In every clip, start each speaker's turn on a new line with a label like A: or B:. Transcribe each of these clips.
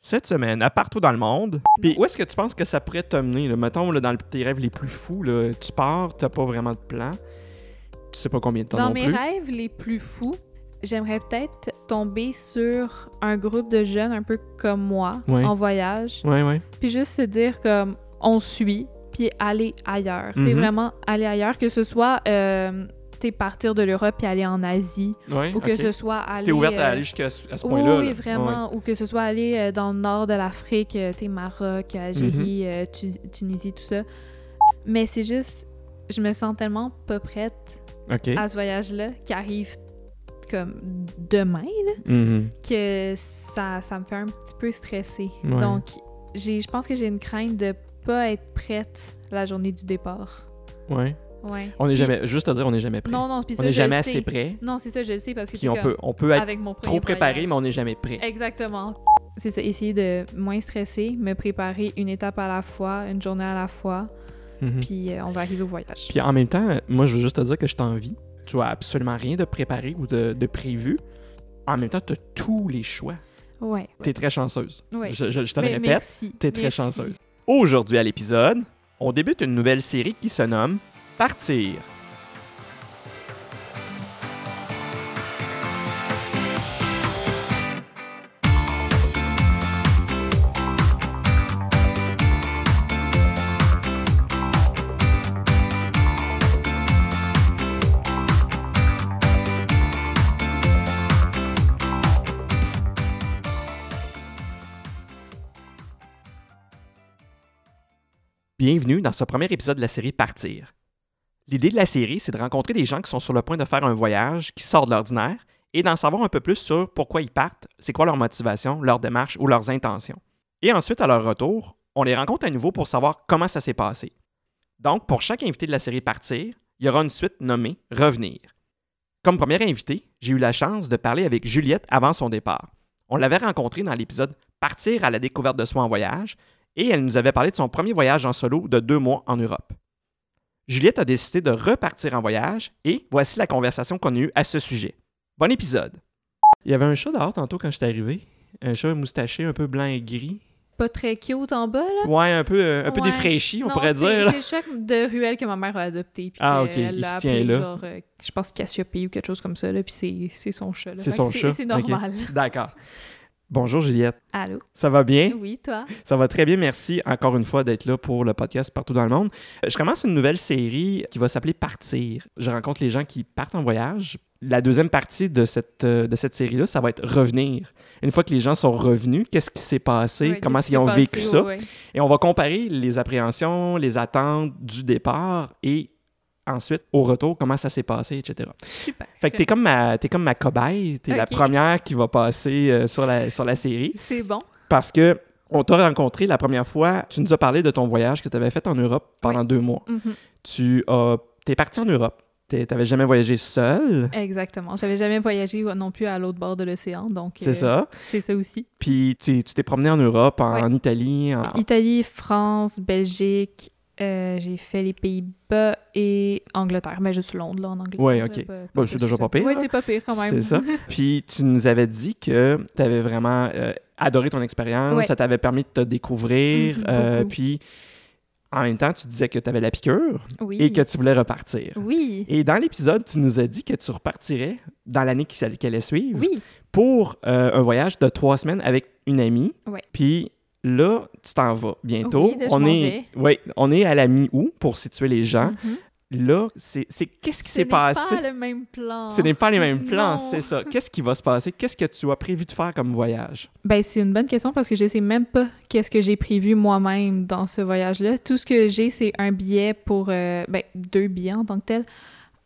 A: cette semaine, à partout dans le monde. Puis où est-ce que tu penses que ça pourrait t'emmener? là? Mettons, là, dans le- tes rêves les plus fous, là, tu pars, t'as pas vraiment de plan, tu sais pas combien de temps
B: Dans
A: non
B: mes
A: plus.
B: rêves les plus fous, j'aimerais peut-être tomber sur un groupe de jeunes un peu comme moi
A: Ouais.
B: en voyage,
A: Ouais, ouais.
B: puis juste se dire comme on suit, puis aller ailleurs. T'es
A: Mhm.
B: vraiment aller ailleurs, que ce soit euh, t'es partir de l'Europe puis aller en Asie,
A: ouais
B: ou que
A: ok.
B: ce soit aller.
A: T'es ouverte à
B: euh,
A: aller jusqu'à ce, à ce
B: oui,
A: point-là.
B: oui,
A: là. Ouais.
B: vraiment. Ou que ce soit aller euh, dans le nord de l'Afrique, euh, t'es Maroc, Algérie,
A: Mhm.
B: euh, Tu- Tunisie, tout ça. Mais c'est juste, je me sens tellement pas prête
A: OK.
B: à ce voyage-là qui arrive comme demain là,
A: Mhm.
B: que ça, ça me fait un petit peu stresser.
A: Ouais.
B: Donc, j'ai, je pense que j'ai une crainte de pas être prête la journée du départ.
A: Ouais.
B: Ouais.
A: On est
B: Puis-
A: jamais, juste à dire, on n'est jamais prêt.
B: Non, non, puis ça,
A: on
B: je
A: n'est jamais
B: le
A: assez
B: sais.
A: prêt.
B: Non, c'est ça, je le sais parce que
A: Puis
B: c'est
A: on
B: comme
A: peut, on peut être
B: avec mon
A: trop
B: premier
A: préparé,
B: voyage.
A: mais on n'est jamais prêt.
B: Exactement. C'est ça, essayer de moins stresser, me préparer une étape à la fois, une journée à la fois,
A: Mhm.
B: puis euh, on va arriver au voyage.
A: Puis en même temps, euh, moi, je veux juste te dire que je t'envie. Tu as absolument rien de préparé ou de, de prévu. En même temps, tu as tous les choix.
B: Ouais.
A: Tu es très chanceuse.
B: ouais.
A: Je, je- je te
B: Mais
A: le répète,
B: merci,
A: tu es très
B: merci.
A: chanceuse. Aujourd'hui à l'épisode, on débute une nouvelle série qui se nomme Partir. Bienvenue dans ce premier épisode de la série Partir. L'idée de la série, c'est de rencontrer des gens qui sont sur le point de faire un voyage qui sort de l'ordinaire et d'en savoir un peu plus sur pourquoi ils partent, c'est quoi leur motivation, leur démarche ou leurs intentions. Et ensuite, à leur retour, on les rencontre à nouveau pour savoir comment ça s'est passé. Donc, pour chaque invité de la série Partir, il y aura une suite nommée Revenir. Comme premier invité, j'ai eu la chance de parler avec Juliette avant son départ. On l'avait rencontrée dans l'épisode Partir à la découverte de soi en voyage, et elle nous avait parlé de son premier voyage en solo de deux mois en Europe. Juliette a décidé de repartir en voyage et voici la conversation qu'on a eue à ce sujet. Bon épisode! Il y avait un chat dehors tantôt quand je suis arrivé. Un chat moustaché, un peu blanc et gris.
B: Pas très cute en bas, là.
A: Ouais, un peu, euh, un peu
B: Ouais.
A: défraîchi, on
B: Non,
A: pourrait
B: c'est-
A: dire. là.
B: C'est le choc de ruelle que ma mère a adopté. Puis
A: Ah,
B: que
A: ok,
B: Elle
A: il
B: l'a
A: se tient
B: appelé,
A: là.
B: Genre, euh, je pense Cassiopée ou quelque chose comme ça, là. Puis c'est- c'est son chat. là.
A: C'est
B: Fait
A: son
B: que
A: chat,
B: C'est
A: ok.
B: normal.
A: D'accord. Bonjour Juliette.
B: Allô?
A: Ça va bien?
B: Oui, toi?
A: Ça va très bien, merci encore une fois d'être là pour le podcast partout dans le monde. Euh, Je commence une nouvelle série qui va s'appeler Partir. Je rencontre les gens qui partent en voyage. La deuxième partie de cette, euh, de cette série-là, ça va être revenir. Une fois que les gens sont revenus, qu'est-ce qui s'est passé,
B: Ouais,
A: comment
B: qu'est-ce
A: ils ont
B: qui s'est
A: vécu
B: passé?
A: ça.
B: Ouais, ouais.
A: Et on va comparer les appréhensions, les attentes du départ et ensuite au retour, comment ça s'est passé, etc.
B: Super.
A: Fait que t'es comme ma, t'es comme ma cobaye, t'es la
B: Ok.
A: première qui va passer euh, sur, la, sur la série
B: C'est bon.
A: parce que on t'a rencontré la première fois, tu nous as parlé de ton voyage que tu avais fait en Europe pendant deux mois.
B: Mhm.
A: Tu as, es parti en Europe, tu n'avais jamais voyagé seul,
B: Exactement. J'avais jamais voyagé non plus à l'autre bord de l'océan, donc
A: c'est
B: euh,
A: ça.
B: C'est ça aussi.
A: Puis tu tu t'es promené en Europe, en,
B: Ouais.
A: en Italie, en-
B: Italie, France, Belgique, euh, j'ai fait les Pays-Bas et Angleterre, mais juste Londres, là, en Angleterre.
A: Ouais,
B: là,
A: ok.
B: pas-
A: Bah, c'est
B: plus
A: déjà
B: que
A: pas
B: ça.
A: pire,
B: Ouais,
A: là.
B: c'est pas pire quand même.
A: c'est ça. Puis tu nous avais dit que tu avais vraiment euh, adoré ton expérience,
B: Ouais.
A: ça t'avait permis de te découvrir.
B: Mhm,
A: euh,
B: beaucoup.
A: puis en même temps, tu disais que tu avais la piqûre
B: Oui.
A: et que tu voulais repartir.
B: Oui.
A: Et dans l'épisode, tu nous as dit que tu repartirais dans l'année qui, s'allait- qui allait suivre.
B: Oui.
A: pour euh, un voyage de trois semaines avec une amie.
B: Ouais.
A: Puis là, tu t'en vas bientôt.
B: Oui, là, je
A: on
B: m'en
A: est, ouais, on est à la mi-août pour situer les gens.
B: Mhm.
A: Là, c'est c'est- qu'est-ce qui
B: Ce
A: s'est
B: n'est
A: passé
B: pas le même plan.
A: Ce n'est pas les mêmes plans,
B: Non.
A: c'est ça. Qu'est-ce qui va se passer Qu'est-ce que tu as prévu de faire comme voyage
B: Ben, c'est une bonne question parce que je sais même pas qu'est-ce que j'ai prévu moi-même dans ce voyage-là. Tout ce que j'ai, c'est un billet pour... euh, ben, deux billets en tant que tel.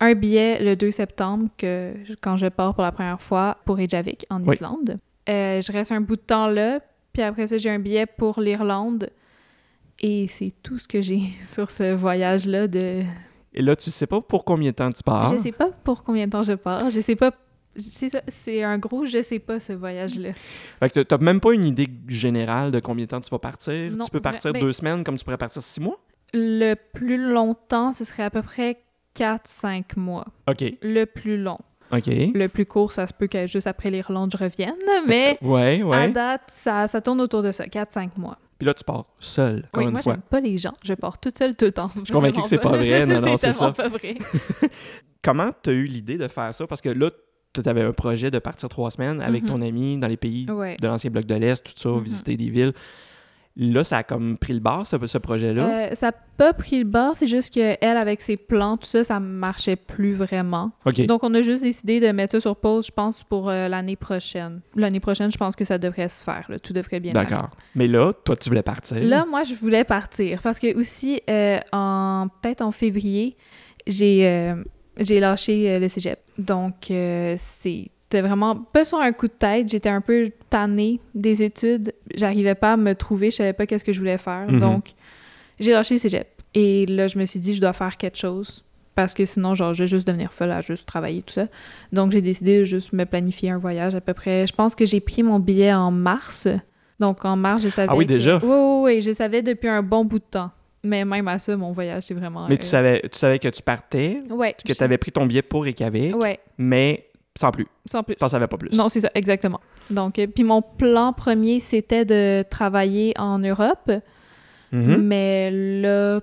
B: Un billet le 2 septembre, que je- quand je pars pour la première fois pour Reykjavik, en
A: Oui.
B: Islande. Euh, je reste un bout de temps là, puis après ça, j'ai un billet pour l'Irlande. Et c'est tout ce que j'ai sur ce voyage-là de...
A: Et là, tu sais pas pour combien de temps tu pars.
B: Je sais pas pour combien de temps je pars, je sais pas... C'est ça, c'est un gros je sais pas ce voyage-là.
A: Fait que t'as même pas une idée générale de combien de temps tu vas partir.
B: Non,
A: tu peux partir
B: ben-
A: deux semaines comme tu pourrais partir six mois.
B: Le plus longtemps, ce serait à peu près 4-5 mois.
A: OK.
B: Le plus long.
A: OK.
B: Le plus court, ça se peut que juste après l'Irlande, je revienne, mais
A: Ouais,
B: à
A: ouais.
B: date, ça, ça tourne autour de ça, 4-5 mois.
A: Puis là, tu pars seul, encore
B: oui,
A: une
B: moi,
A: fois.
B: j'aime pas les gens. Je pars toute seule tout le temps. Je
A: suis convaincu que c'est pas vrai. Non, non, c'est ça.
B: pas vrai.
A: Comment tu as eu l'idée de faire ça? Parce que là, tu avais un projet de partir trois semaines avec
B: Mhm.
A: ton ami dans les pays
B: Ouais.
A: de l'ancien bloc de l'Est, tout ça,
B: Mhm.
A: visiter des villes. Là, ça a comme pris le bar, ce, ce projet-là.
B: Euh, ça n'a pas pris le bord, c'est juste que elle avec ses plans, tout ça, ça marchait plus vraiment.
A: OK.
B: Donc, on a juste décidé de mettre ça sur pause, je pense, pour euh, l'année prochaine. L'année prochaine, je pense que ça devrait se faire. là. Tout devrait bien aller.
A: D'accord. Mais là, toi, tu voulais partir.
B: Là, moi, je voulais partir parce que aussi, euh, en peut-être en février, j'ai euh, j'ai lâché euh, le cégep. Donc, euh, c'était vraiment pas sur un coup de tête. J'étais un peu tannée des études. J'arrivais pas à me trouver. Je savais pas qu'est-ce que je voulais faire.
A: Mhm.
B: Donc, j'ai lâché le cégep. Et là, je me suis dit, je dois faire quelque chose parce que sinon, genre, je vais juste devenir folle à juste travailler tout ça. Donc, j'ai décidé de juste me planifier un voyage à peu près. Je pense que j'ai pris mon billet en mars. Donc, en mars, je savais.
A: Ah oui,
B: que-
A: déjà?
B: Oui, oui, oui, je savais depuis un bon bout de temps. Mais même à ça, mon voyage, c'est vraiment.
A: Mais tu
B: euh,
A: savais, tu savais que tu partais,
B: Ouais.
A: que tu avais pris ton billet pour Reykjavik,
B: Ouais,
A: mais sans plus.
B: sans plus.
A: Tu n'en savais pas plus.
B: Non, c'est ça, exactement. Donc, euh, puis mon plan premier, c'était de travailler en Europe.
A: Mhm.
B: Mais là,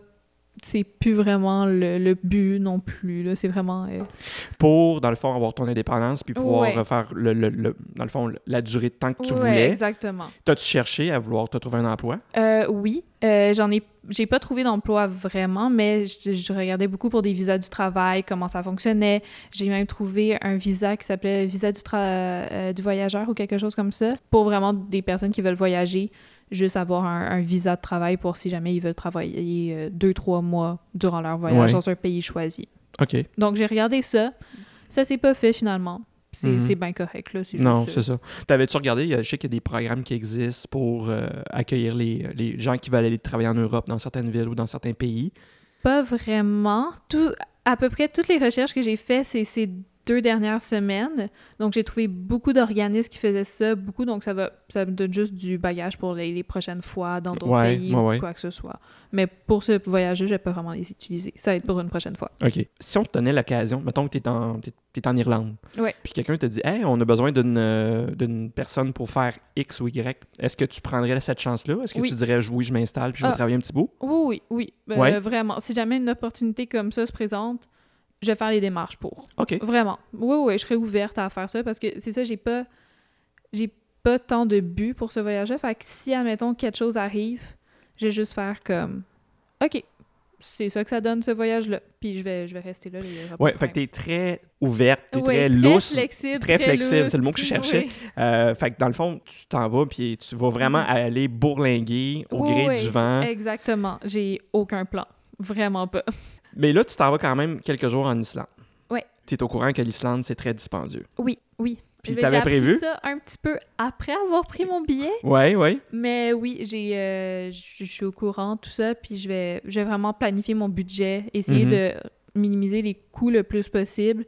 B: c'est plus vraiment le, le but non plus. Là, c'est vraiment. euh,
A: Pour, dans le fond, avoir ton indépendance puis pouvoir
B: Ouais.
A: refaire, le, le- le- dans le fond, le- la durée de temps que tu
B: ouais,
A: voulais.
B: Exactement.
A: T'as-tu cherché à vouloir te trouver un emploi?
B: Euh, oui, Euh, j'en ai, j'ai pas trouvé d'emploi vraiment, mais je, je regardais beaucoup pour des visas du travail, comment ça fonctionnait. J'ai même trouvé un visa qui s'appelait visa du, tra- euh, du voyageur ou quelque chose comme ça, pour vraiment des personnes qui veulent voyager, juste avoir un, un visa de travail pour si jamais ils veulent travailler euh, deux trois mois durant leur
A: Ouais.
B: voyage dans un pays choisi.
A: OK.
B: Donc j'ai regardé ça, ça s'est pas fait finalement. C'est,
A: Mhm.
B: c'est bien correct là. c'est juste euh,
A: Non,
B: ça.
A: c'est ça. T'avais-tu regardé, il y a- je sais qu'il y a des programmes qui existent pour euh, accueillir les, les gens qui veulent aller travailler en Europe, dans certaines villes ou dans certains pays.
B: Pas vraiment. Tout, à peu près toutes les recherches que j'ai faites ces, ces deux dernières semaines. Donc, j'ai trouvé beaucoup d'organismes qui faisaient ça, beaucoup. Donc, ça, va, ça me donne juste du bagage pour les, les prochaines fois dans d'autres
A: Ouais,
B: pays
A: ouais,
B: ou
A: ouais.
B: quoi que ce soit. Mais pour ce voyage-là, je vais pas vraiment les utiliser. Ça va être pour une prochaine fois.
A: OK. Si on te donnait l'occasion, mettons que tu es, en Irlande,
B: Ouais.
A: puis quelqu'un te dit Hey, on a besoin d'une euh, d'une personne pour faire X ou Y, est-ce que tu prendrais cette chance-là Est-ce que
B: Oui.
A: tu dirais Oui, je m'installe puis je vais
B: Ah.
A: travailler un petit bout
B: Oui, oui, oui. Euh,
A: Ouais.
B: Vraiment. Si jamais une opportunité comme ça se présente, je vais faire les démarches pour.
A: OK.
B: Vraiment. Oui, oui, je serais ouverte à faire ça parce que c'est ça, j'ai pas j'ai pas tant de but pour ce voyage-là. Fait que si, admettons, quelque chose arrive, je vais juste faire comme OK, c'est ça que ça donne ce voyage-là. Puis je vais, je vais rester là.
A: Ouais, fait que tu es très ouverte, tu es
B: Ouais,
A: très lousse.
B: flexible.
A: très flexible,
B: lousse.
A: c'est le mot que je cherchais.
B: Oui.
A: Euh, fait que dans le fond, tu t'en vas puis tu vas vraiment
B: Mhm.
A: aller bourlinguer au
B: Oui,
A: gré
B: oui,
A: du vent.
B: Exactement. J'ai aucun plan. Vraiment pas.
A: Mais là, tu t'en vas quand même quelques jours en Islande.
B: Ouais.
A: Tu es au courant que l'Islande, c'est très dispendieux.
B: Oui, oui.
A: Puis
B: J'ai
A: t'avais
B: appris
A: prévu?
B: ça un petit peu après avoir pris mon billet.
A: Oui, oui.
B: Mais oui, j'ai, euh, je je suis au courant, tout ça, puis je vais, je vais vraiment planifier mon budget, essayer
A: Mhm.
B: de minimiser les coûts le plus possible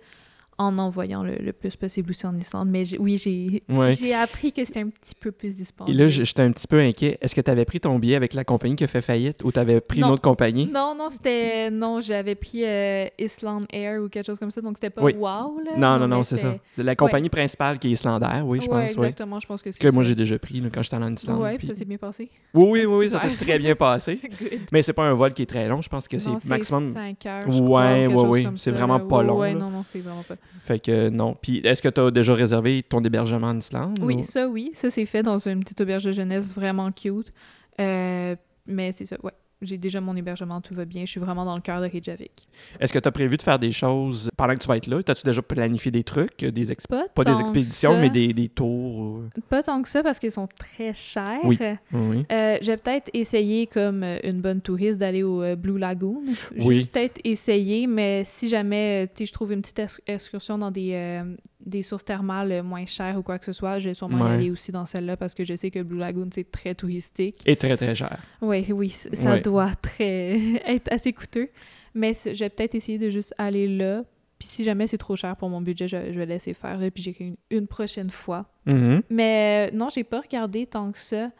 B: en envoyant le, le plus possible aussi en Islande. Mais j'ai- oui, j'ai,
A: Ouais.
B: j'ai appris que c'était un petit peu plus dispendieux.
A: Et là, j- j'étais un petit peu inquiet. Est-ce que tu avais pris ton billet avec la compagnie qui a fait faillite ou tu avais pris une
B: Non.
A: autre compagnie?
B: Non, non, c'était... Non, j'avais pris euh, Island Air ou quelque chose comme ça, donc c'était pas
A: Oui.
B: wow, là.
A: Non, non, non,
B: mais
A: c'est ça.
B: c'était-
A: C'est la compagnie principale qui est islandaire, oui, je
B: Ouais,
A: pense, oui.
B: exactement, je pense que c'est
A: Que moi,
B: ça.
A: j'ai déjà pris là, quand j'étais allé en Islande.
B: Ouais,
A: puis-
B: puis ça s'est bien passé.
A: Oui, oui, oui, oui, ça
B: Super.
A: s'est très bien passé.
B: Good.
A: Mais c'est pas un vol qui est très long, je pense que
B: Non,
A: c'est maximum.
B: 5 heures,
A: Ouais,
B: je crois, ou quelque
A: ouais,
B: chose
A: ouais,
B: comme
A: c'est
B: ça,
A: vraiment
B: là.
A: pas
B: Ouais,
A: long,
B: Ouais,
A: là.
B: non, non, c'est vraiment pas...
A: Fait que non. Puis est-ce que tu as déjà réservé ton hébergement en Islande?
B: Oui,
A: ou-
B: ça, oui. Ça, c'est fait dans une petite auberge de jeunesse vraiment cute. Euh, mais c'est ça, ouais. J'ai déjà mon hébergement, tout va bien. Je suis vraiment dans le cœur de Reykjavik.
A: Est-ce que tu as prévu de faire des choses pendant que tu vas être là? T'as-tu déjà planifié des trucs, euh, des expéditions?
B: Pas,
A: Pas
B: tant
A: des
B: que
A: expéditions,
B: ça-
A: mais des, des tours. euh,
B: Pas tant que ça parce qu'ils sont très chers.
A: Oui. Oui.
B: Euh, je vais peut-être essayer, comme euh, une bonne touriste, d'aller au euh, Blue Lagoon. Je
A: Oui.
B: vais peut-être essayer, mais si jamais euh, tu sais, je trouve une petite ex- excursion dans des, euh, des sources thermales euh, moins chères ou quoi que ce soit, je vais sûrement
A: Ouais.
B: y aller aussi dans celle-là parce que je sais que Blue Lagoon, c'est très touristique.
A: Et très, très cher.
B: Oui, oui, c- ça
A: Ouais.
B: doit très être assez coûteux. Mais c- je vais peut-être essayer de juste aller là. Puis si jamais c'est trop cher pour mon budget, je, je vais laisser faire. Là, puis j'ai une, une prochaine fois.
A: Mhm.
B: Mais euh, non, j'ai pas regardé tant que ça.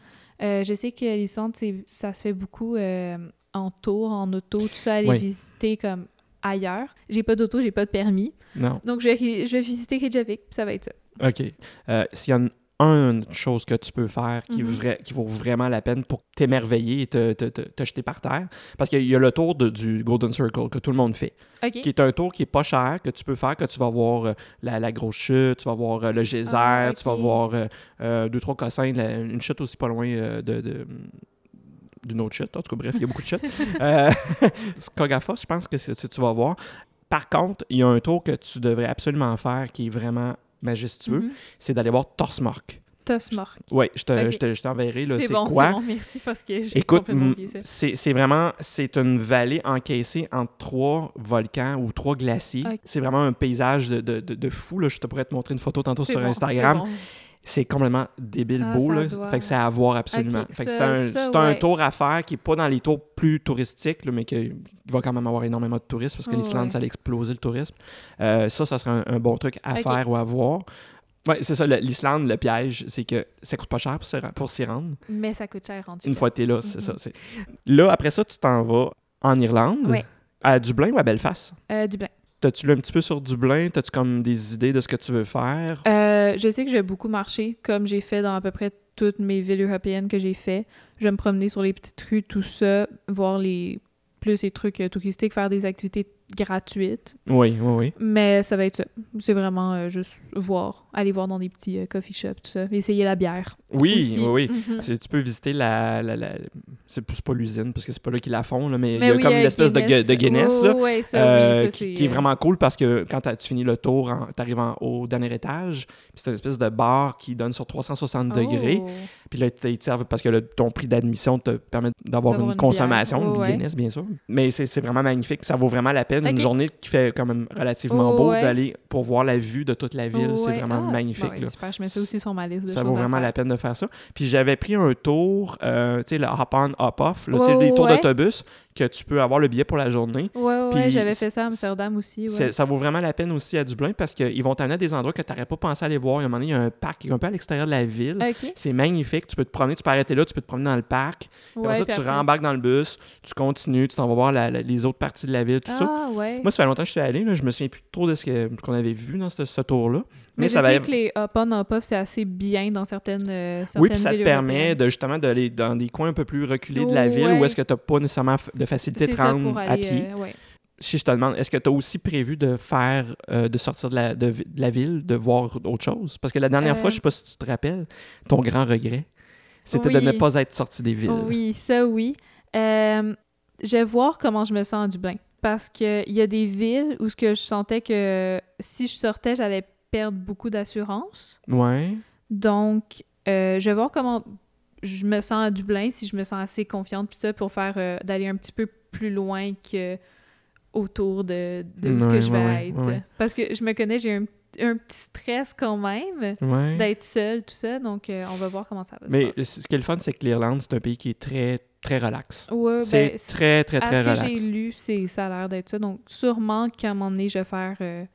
B: Euh, je sais que l'Islande, c'est- ça se fait beaucoup euh, en tour, en auto, tout ça, aller
A: Ouais.
B: visiter comme ailleurs. J'ai pas d'auto, j'ai pas de permis.
A: Non.
B: Donc, je vais, je vais visiter Reykjavik, puis ça va être ça.
A: OK. Euh, S'il y en a une chose que tu peux faire qui, est
B: Mhm.
A: vra- qui vaut vraiment la peine pour t'émerveiller et te, te- te- te jeter par terre, parce qu'il y a le tour de- du Golden Circle que tout le monde fait,
B: OK.
A: qui est un tour qui est pas cher, que tu peux faire, que tu vas voir euh, la, la grosse chute, tu vas voir euh, le geyser,
B: Ah,
A: tu vas
B: ok.
A: voir euh, euh, deux, trois cossins, la- une chute aussi pas loin euh, de... de- d'une autre chute. En tout cas, bref, il y a beaucoup de chutes. Euh, Skagafos, je pense que c'est ce que tu vas voir. Par contre, il y a un tour que tu devrais absolument faire qui est vraiment majestueux
B: Mhm.
A: c'est d'aller voir Torsmork.
B: Tosmork.
A: Oui, je te-
B: Ok.
A: je te- je t'enverrai, là,
B: C'est
A: c'est
B: bon, c'est
A: quoi.
B: bon, merci, parce que j'ai
A: Écoute,
B: complètement
A: m-
B: oublié ça.
A: C'est c'est vraiment, c'est une vallée encaissée entre trois volcans ou trois glaciers.
B: Ok.
A: C'est vraiment un paysage de, de- de- de fou. Là. Je te pourrais te montrer une photo tantôt
B: C'est
A: sur
B: bon,
A: Instagram.
B: c'est bon.
A: C'est complètement débile
B: Ah,
A: beau.
B: ça
A: là.
B: doit-
A: Fait que c'est à voir absolument.
B: Ok,
A: Fait que
B: ça-
A: c'est un,
B: ça,
A: c'est un
B: ouais.
A: tour à faire qui n'est pas dans les tours plus touristiques, là, mais que- qui va quand même avoir énormément de touristes parce que
B: Oh,
A: l'Islande,
B: ouais.
A: ça allait exploser le tourisme. Euh, ça, ça serait un, un bon truc à
B: Ok.
A: faire ou à voir. Oui, c'est ça. le- L'Islande, le piège, c'est que ça coûte pas cher pour se ra- pour s'y rendre.
B: Mais ça coûte cher en tout
A: Une
B: cas.
A: fois que t'es là, c'est
B: Mhm.
A: ça. c'est- Là, après ça, tu t'en vas en Irlande,
B: Ouais.
A: à Dublin ou à Belfast.
B: Euh, Dublin.
A: T'as-tu lu un petit peu sur Dublin? T'as-tu comme des idées de ce que tu veux faire?
B: Euh, je sais que j'ai beaucoup marché, comme j'ai fait dans à peu près toutes mes villes européennes que j'ai fait. Je vais me promener sur les petites rues, tout ça, voir les plus les trucs euh, touristiques, faire des activités gratuites.
A: Oui, oui, oui.
B: Mais ça va être ça. C'est vraiment euh, juste voir, aller voir dans des petits euh, coffee shops, tout ça. Essayer la bière.
A: Oui,
B: aussi.
A: oui, oui.
B: Mhm.
A: Tu, tu peux visiter la. la- la- c'est c'est pas l'usine, parce que c'est pas là qu'ils la font, là, mais, il
B: Mais
A: y a
B: oui,
A: comme
B: euh,
A: une espèce de, gue- de Guinness,
B: Oh,
A: là,
B: ouais, ça,
A: euh,
B: oui, ça,
A: qui,
B: c'est,
A: qui est
B: euh,
A: vraiment cool parce que quand t'as- tu finis le tour, en- t'arrives en haut, au dernier étage, puis c'est une espèce de bar qui donne sur 360 degrés.
B: oh.
A: Puis là, ils te servent parce que le- ton prix d'admission te permet d'avoir
B: D'avoir
A: une,
B: une
A: consommation,
B: bière.
A: une
B: Ouais, ouais.
A: Guinness, bien sûr. Mais c'est c'est vraiment magnifique. Ça vaut vraiment la peine. Une
B: Ok.
A: journée qui fait quand même relativement
B: Oh,
A: beau
B: ouais.
A: d'aller pour voir la vue de toute la ville.
B: Oh,
A: c'est
B: ouais.
A: vraiment
B: Ah,
A: magnifique.
B: bah ouais,
A: là.
B: super, je mets ça aussi sur ma liste de
A: Ça
B: choses
A: vaut
B: à
A: vraiment
B: faire.
A: la peine de faire ça. Puis j'avais pris un tour, euh, tu sais, le hop-on, hop-off. là,
B: Ouais,
A: c'est des
B: Oh, ouais,
A: tours
B: ouais.
A: d'autobus que tu peux avoir le billet pour la journée.
B: Ouais, ouais,
A: Puis
B: j'avais
A: c'est-
B: fait ça à Amsterdam aussi. Ouais.
A: C'est- Ça vaut vraiment la peine aussi à Dublin parce qu'ils vont t'amener à des endroits que tu n'aurais pas pensé aller voir. Il y a un moment donné, il y a un parc qui est un peu à l'extérieur de la ville.
B: Ah, Ok.
A: C'est magnifique. Tu peux te promener, tu peux arrêter là, tu peux te promener dans le parc. Puis
B: Ouais,
A: après ça,
B: puis
A: tu
B: après-
A: rembarques dans le bus, tu continues, tu t'en vas voir la- la- les autres parties de la ville, tout ça.
B: Ah, ouais.
A: Moi, ça fait longtemps que je suis allé, là, je me souviens plus trop de ce que- qu'on avait vu dans ce, ce tour-là.
B: mais je
A: ça va
B: sais
A: être-
B: que les hop-on, hop-off, c'est assez bien dans certaines. euh, certaines
A: Oui, puis ça te
B: villes
A: permet
B: européennes.
A: de justement d'aller dans des coins un peu plus reculés de la ville où
B: Ouais.
A: est-ce que tu n'as pas nécessairement f- de facilité de
B: C'est
A: te
B: ça,
A: rendre
B: pour
A: à
B: aller,
A: pied.
B: euh, ouais.
A: Si je te demande, est-ce que tu as aussi prévu de faire, euh, de sortir de la, de vi- de la ville, de voir autre chose? Parce que la dernière fois,
B: Euh.
A: je sais pas si tu te rappelles, ton grand regret, c'était de
B: Oui.
A: ne pas être sorti des villes.
B: Oui, ça oui. Euh, je vais voir comment je me sens à Dublin. Parce qu'il y a des villes où ce que je sentais que si je sortais, j'allais perdre beaucoup d'assurance.
A: Ouais.
B: Donc, euh, je vais voir comment je me sens à Dublin, si je me sens assez confiante puis ça pour faire euh, d'aller un petit peu plus loin que autour de, de où ce
A: Ouais,
B: que je vais
A: ouais, ouais,
B: être.
A: ouais, ouais.
B: Parce que je me connais, j'ai un, un petit stress quand même
A: Ouais.
B: d'être seule, tout ça. Donc, euh, on va voir comment ça va se
A: Mais
B: passer.
A: ce qui est le fun, c'est que l'Irlande, c'est un pays qui est très, très relax.
B: Ouais,
A: c'est
B: ben,
A: très, très, très
B: à ce que
A: relax.
B: j'ai lu, c'est ça a l'air d'être ça. Donc, sûrement qu'à un moment donné, je vais faire euh,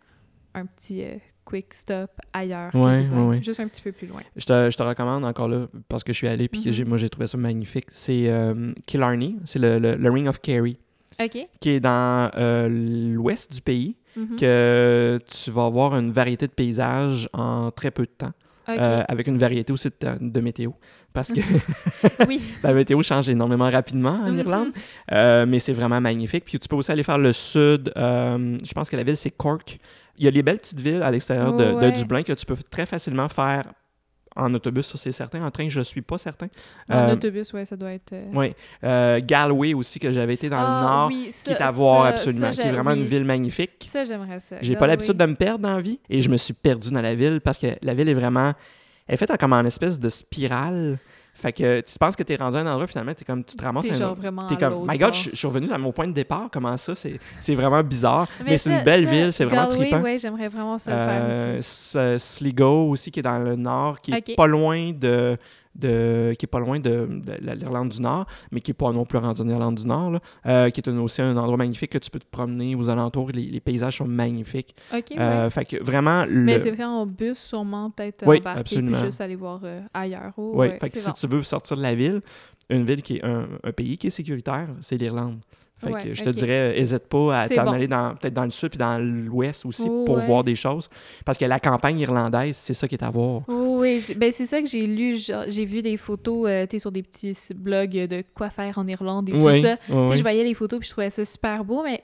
B: un petit euh, quick stop ailleurs. que
A: Ouais,
B: Dublin.
A: ouais, ouais.
B: Juste un petit peu plus loin.
A: Je te, je te recommande encore là, parce que je suis allé puis que
B: Mhm.
A: j'ai- moi, j'ai trouvé ça magnifique. C'est euh, Killarney, c'est le, le- le Ring of Kerry,
B: OK.
A: qui est dans euh, l'ouest du pays,
B: Mhm.
A: que tu vas avoir une variété de paysages en très peu de temps,
B: OK. Mm-hmm.
A: euh, avec une variété aussi de, temps- de météo, parce que
B: oui.
A: la météo change énormément rapidement en
B: Mhm.
A: Irlande, Euh, mais c'est vraiment magnifique. Puis tu peux aussi aller faire le sud. euh, je pense que la ville, c'est Cork. Il y a les belles petites villes à l'extérieur de, de
B: Ouais.
A: Dublin que tu peux très facilement faire en autobus, ça c'est certain. En train, je suis pas certain.
B: En
A: Euh,
B: autobus, ouais, ça doit être. euh,
A: Oui. Euh, Galway aussi, que j'avais été dans
B: ah,
A: le nord,
B: oui,
A: qui
B: ça-
A: est à voir
B: ça-
A: absolument,
B: ça,
A: qui est
B: j'a-
A: vraiment
B: oui.
A: une ville magnifique.
B: Ça, j'aimerais ça.
A: J'ai pas l'habitude de me perdre dans la vie et je me suis perdu dans la ville parce que la ville est vraiment. Elle est faite en- comme en espèce de spirale. Fait que tu penses que t'es rendu à un endroit, finalement, t'es comme, tu te ramasses
B: T'es
A: à un
B: genre
A: autre.
B: vraiment.
A: T'es
B: à
A: comme,
B: l'autre
A: my god,
B: bord.
A: je, je suis revenu à mon point de départ. Comment ça? C'est c'est vraiment bizarre. Mais, c'est
B: ça-
A: une belle
B: ça,
A: ville, c'est vraiment
B: Galway,
A: trippant.
B: Ouais, j'aimerais vraiment ça le faire
A: Euh, S- Sligo aussi, qui est dans le nord, qui est
B: Ok.
A: pas loin de. De, qui est pas loin de, de la- l'Irlande du Nord, mais qui est pas non plus rendu en Irlande du Nord, là. Euh, qui est un- aussi un endroit magnifique que tu peux te promener aux alentours. Les, les paysages sont magnifiques.
B: aussi. Ok, ouais.
A: Euh, Fait que vraiment, le...
B: Mais c'est vrai, en bus, sûrement, peut-être euh,
A: Oui,
B: embarquer
A: absolument.
B: puis juste aller voir euh, ailleurs. Oh,
A: Ouais,
B: ouais,
A: fait que
B: c'est
A: si
B: bon.
A: tu veux sortir de la ville, une ville qui est un, un pays qui est sécuritaire, c'est l'Irlande. Fait
B: Ouais,
A: que je te
B: ok.
A: dirais, n'hésite pas à
B: C'est
A: t'en
B: bon.
A: aller dans- peut-être dans le sud puis dans l'ouest aussi
B: Oh,
A: pour
B: ouais.
A: voir des choses. Parce que la campagne irlandaise, c'est ça qui est à voir.
B: Oh, oui, j- ben c'est ça que j'ai lu. genre, J'ai vu des photos, euh, tu sais, sur des petits blogs de quoi faire en Irlande et
A: Ouais,
B: tout ça.
A: ouais,
B: Puis
A: ouais.
B: je voyais les photos puis je trouvais ça super beau, mais